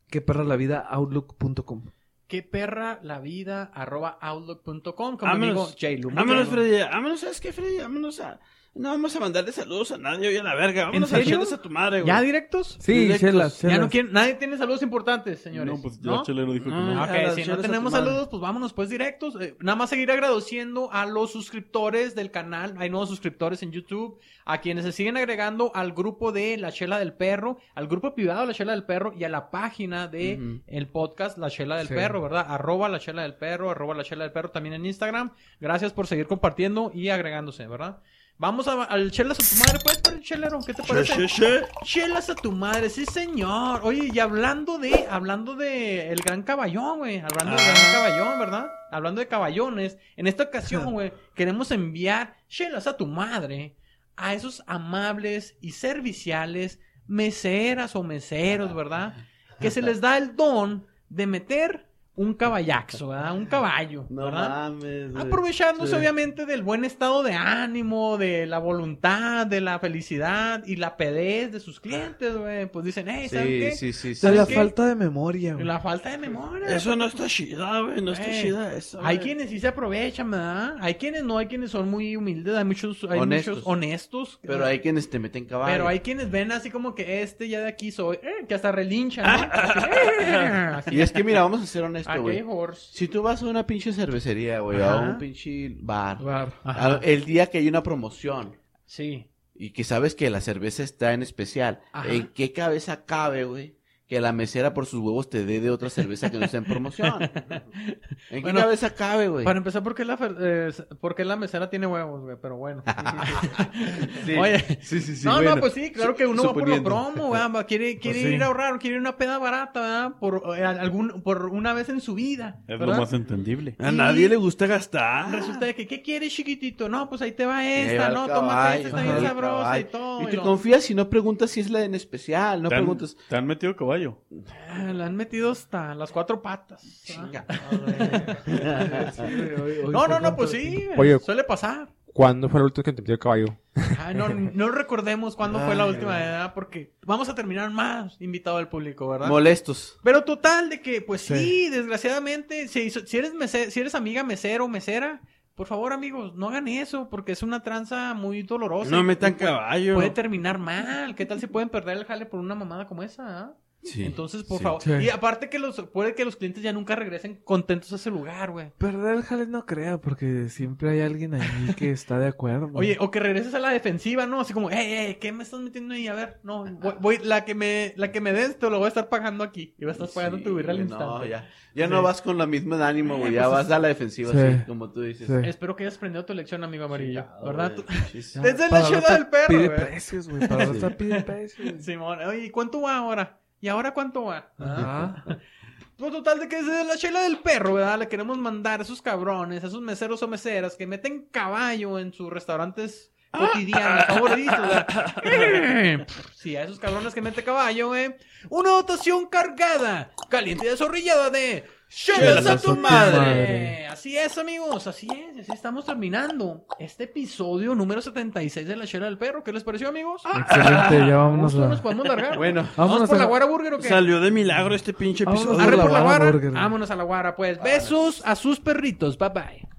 [SPEAKER 7] qué perra la vida outlook.com.
[SPEAKER 2] que perra la vida arroba outlook.com
[SPEAKER 1] Vámonos.
[SPEAKER 2] como amigo Jailu. Muy
[SPEAKER 1] Vámonos,
[SPEAKER 2] bien.
[SPEAKER 1] Freddy. Vámonos, ¿sabes qué, Freddy? Vámonos a. No vamos a mandarle saludos a nadie hoy a la verga.
[SPEAKER 2] ¿En
[SPEAKER 1] Vámonos a
[SPEAKER 2] serio?
[SPEAKER 1] echarles a tu madre, güey.
[SPEAKER 2] ¿Ya directos?
[SPEAKER 7] Sí,
[SPEAKER 1] Directos.
[SPEAKER 7] chelas,
[SPEAKER 2] Ya
[SPEAKER 7] chelas.
[SPEAKER 2] no quieren, nadie tiene saludos importantes, señores.
[SPEAKER 5] No, pues ya Chelero dijo que
[SPEAKER 1] Ah,
[SPEAKER 5] no.
[SPEAKER 2] Ah, ok,
[SPEAKER 1] Ya, las
[SPEAKER 2] si no
[SPEAKER 1] chelas a
[SPEAKER 2] tenemos
[SPEAKER 1] tu madre.
[SPEAKER 2] saludos, pues vámonos pues directos. Eh, nada más seguir agradeciendo a los suscriptores del canal. Hay nuevos suscriptores en YouTube. A quienes se siguen agregando al grupo de La Chela del Perro, al grupo privado de La Chela del Perro y a la página de
[SPEAKER 4] Ujú.
[SPEAKER 2] el podcast La Chela del
[SPEAKER 7] Sí.
[SPEAKER 2] Perro, ¿verdad? Arroba La Chela del Perro, arroba La Chela del Perro también en Instagram. Gracias por seguir compartiendo y agregándose, ¿verdad? Vamos a- al Chelas a tu madre, pues, pero Chelero, ¿qué te parece?
[SPEAKER 1] Che, che, che.
[SPEAKER 2] Chelas a tu madre, sí señor. Oye, y hablando de, hablando de el gran caballón, güey. Hablando del gran caballón, ¿verdad? Hablando de caballones. En esta ocasión, güey, queremos enviar chelas a tu madre a esos amables y serviciales meseras o meseros, ¿verdad? Que se les da el don de meter un caballaxo, ¿verdad? Un caballo,
[SPEAKER 4] No
[SPEAKER 2] ¿verdad? Ah,
[SPEAKER 4] mames. güey.
[SPEAKER 2] Aprovechándose
[SPEAKER 4] Sí.
[SPEAKER 2] obviamente del buen estado de ánimo, de la voluntad, de la felicidad y la pedez de sus clientes, güey. Pues dicen, hey, ¿saben
[SPEAKER 4] Sí,
[SPEAKER 2] qué?
[SPEAKER 4] sí, sí, sí.
[SPEAKER 7] De la
[SPEAKER 2] ¿Sabes qué?
[SPEAKER 7] falta de memoria, güey.
[SPEAKER 2] La falta de memoria.
[SPEAKER 1] Eso no está chida, güey. No está
[SPEAKER 2] Güey.
[SPEAKER 1] chida eso.
[SPEAKER 2] Eh, Hay
[SPEAKER 1] güey.
[SPEAKER 2] quienes sí se aprovechan, ¿verdad? Hay quienes no, hay quienes son muy humildes, hay muchos, hay
[SPEAKER 4] Honestos.
[SPEAKER 2] muchos honestos.
[SPEAKER 4] Pero hay quienes te meten caballo.
[SPEAKER 2] Pero hay quienes ven así como que este ya de aquí soy, eh, que hasta relinchan, ¿no? Así, "Eh", así,
[SPEAKER 4] Y es que, mira, vamos a ser honestos,
[SPEAKER 2] "Ah, qué
[SPEAKER 4] güey.
[SPEAKER 2] horse".
[SPEAKER 4] Si tú vas a una pinche cervecería, güey, a
[SPEAKER 2] Ajá.
[SPEAKER 4] un pinche bar,
[SPEAKER 2] Ajá.
[SPEAKER 4] a- el día que hay una promoción
[SPEAKER 2] Sí.
[SPEAKER 4] y que sabes que la cerveza está en especial,
[SPEAKER 2] Ajá.
[SPEAKER 4] ¿en qué cabeza cabe, güey? Que la mesera por sus huevos te dé de otra cerveza que no está en promoción. ¿En
[SPEAKER 2] Bueno,
[SPEAKER 4] qué cabeza cabe, güey?
[SPEAKER 2] Para empezar, ¿por qué la, fer- eh, s- por qué la mesera tiene huevos, güey? Pero bueno. Oye.
[SPEAKER 5] Sí, sí,
[SPEAKER 2] no, no, pues sí, claro que uno va por lo promo, ¿verdad? Va- Quiere, quiere
[SPEAKER 5] sí.
[SPEAKER 2] ir a ahorrar, quiere ir a una peda barata, ¿verdad? Por, eh, algún, por una vez en su vida.
[SPEAKER 5] Es lo
[SPEAKER 2] ¿verdad? Ah,
[SPEAKER 5] más entendible.
[SPEAKER 1] A nadie le gusta gastar.
[SPEAKER 2] Resulta de que, ¿qué quieres, chiquitito? No, pues ahí te va
[SPEAKER 4] Y ahí
[SPEAKER 2] esta,
[SPEAKER 4] va el
[SPEAKER 2] ¿no?
[SPEAKER 4] caballo,
[SPEAKER 2] Tómate esta, está bien
[SPEAKER 4] el
[SPEAKER 2] sabrosa
[SPEAKER 4] caballo.
[SPEAKER 2] y todo.
[SPEAKER 4] Y te
[SPEAKER 2] lo-
[SPEAKER 4] confías y no preguntas si es la en especial, no
[SPEAKER 5] ¿Te, han,
[SPEAKER 4] preguntas.
[SPEAKER 5] te han metido caballo?
[SPEAKER 2] Ah, le han metido hasta las cuatro patas. ¿verdad?
[SPEAKER 4] Chinga.
[SPEAKER 7] Sí, güey, hoy- hoy
[SPEAKER 2] No, no,
[SPEAKER 7] fue
[SPEAKER 2] no, pues
[SPEAKER 7] tanto-
[SPEAKER 2] sí,
[SPEAKER 6] Oye.
[SPEAKER 2] suele pasar.
[SPEAKER 6] ¿Cuándo fue el último que te metió el caballo?
[SPEAKER 2] Ay, Ah, no, no recordemos cuándo fue la última edad porque vamos a terminar más invitado al público, ¿verdad?
[SPEAKER 4] Molestos.
[SPEAKER 2] Pero total, de que, pues sí, desgraciadamente, si, si eres mese- si eres amiga mesero o mesera, por favor, amigos, no hagan eso, porque es una tranza muy dolorosa.
[SPEAKER 1] No
[SPEAKER 2] y
[SPEAKER 1] metan
[SPEAKER 2] puede-
[SPEAKER 1] caballo.
[SPEAKER 2] Puede terminar mal. ¿Qué tal si pueden perder el jale por una mamada como esa? ah?
[SPEAKER 1] Sí.
[SPEAKER 2] Entonces, por
[SPEAKER 1] Sí.
[SPEAKER 2] favor. Y aparte que los, puede que los clientes ya nunca regresen contentos a ese lugar, güey.
[SPEAKER 7] Perder el jale no creo, porque siempre hay alguien ahí que está de acuerdo.
[SPEAKER 2] Oye, o que regreses a la defensiva, ¿no? Así como, hey, hey, ¿qué me estás metiendo ahí? A ver, no, voy, voy- la que me, la que me des, te lo voy a estar pagando aquí. Y vas a estar pagando
[SPEAKER 4] Sí,
[SPEAKER 2] tu birra al
[SPEAKER 4] güey,
[SPEAKER 2] instante.
[SPEAKER 4] No, ya, ya no vas con la misma ánimo, güey.
[SPEAKER 2] Eh,
[SPEAKER 4] Ya
[SPEAKER 2] pues
[SPEAKER 4] vas a la defensiva,
[SPEAKER 7] Sí.
[SPEAKER 4] así, como tú dices.
[SPEAKER 7] Sí.
[SPEAKER 2] Espero que hayas aprendido tu lección, amigo amarillo.
[SPEAKER 4] Chingado,
[SPEAKER 2] ¿Verdad?
[SPEAKER 4] güey,
[SPEAKER 2] Tú-
[SPEAKER 4] chis.
[SPEAKER 7] Ya,
[SPEAKER 2] Desde la
[SPEAKER 7] para
[SPEAKER 2] ciudad
[SPEAKER 7] otra
[SPEAKER 2] del perro, eh.
[SPEAKER 7] Pide
[SPEAKER 2] güey.
[SPEAKER 7] precios, güey. Para la otra pide precios. güey.
[SPEAKER 2] Simón, oye, ¿y cuánto va ahora? ¿Y ahora cuánto va?
[SPEAKER 7] Ajá.
[SPEAKER 2] Pues total, de que desde la chela del perro, ¿verdad? Le queremos mandar a esos cabrones, a esos meseros o meseras que meten caballo en sus restaurantes cotidianos favoritos, ¿verdad? Sí, a esos cabrones que meten caballo, ¿eh? Una dotación cargada, caliente y desorrillada de... ¡Chelas a tu madre! Así es, amigos, así es, así estamos terminando este episodio número 76 de La Chela del Perro. ¿Qué les pareció, amigos?
[SPEAKER 7] Excelente, ya vámonos
[SPEAKER 2] Justo nos
[SPEAKER 7] a.
[SPEAKER 2] podemos largar.
[SPEAKER 4] Bueno,
[SPEAKER 2] ¿Vamos
[SPEAKER 7] Vámonos
[SPEAKER 2] por
[SPEAKER 7] a-
[SPEAKER 2] la Guara Burger o qué?
[SPEAKER 1] Salió de milagro este pinche
[SPEAKER 7] Vámonos
[SPEAKER 1] episodio.
[SPEAKER 7] a
[SPEAKER 2] Arre
[SPEAKER 7] la
[SPEAKER 2] por la Ah,
[SPEAKER 7] Guara
[SPEAKER 2] Guara.
[SPEAKER 7] Burger.
[SPEAKER 2] Vámonos a la Guara, pues. Besos a sus perritos. Bye bye.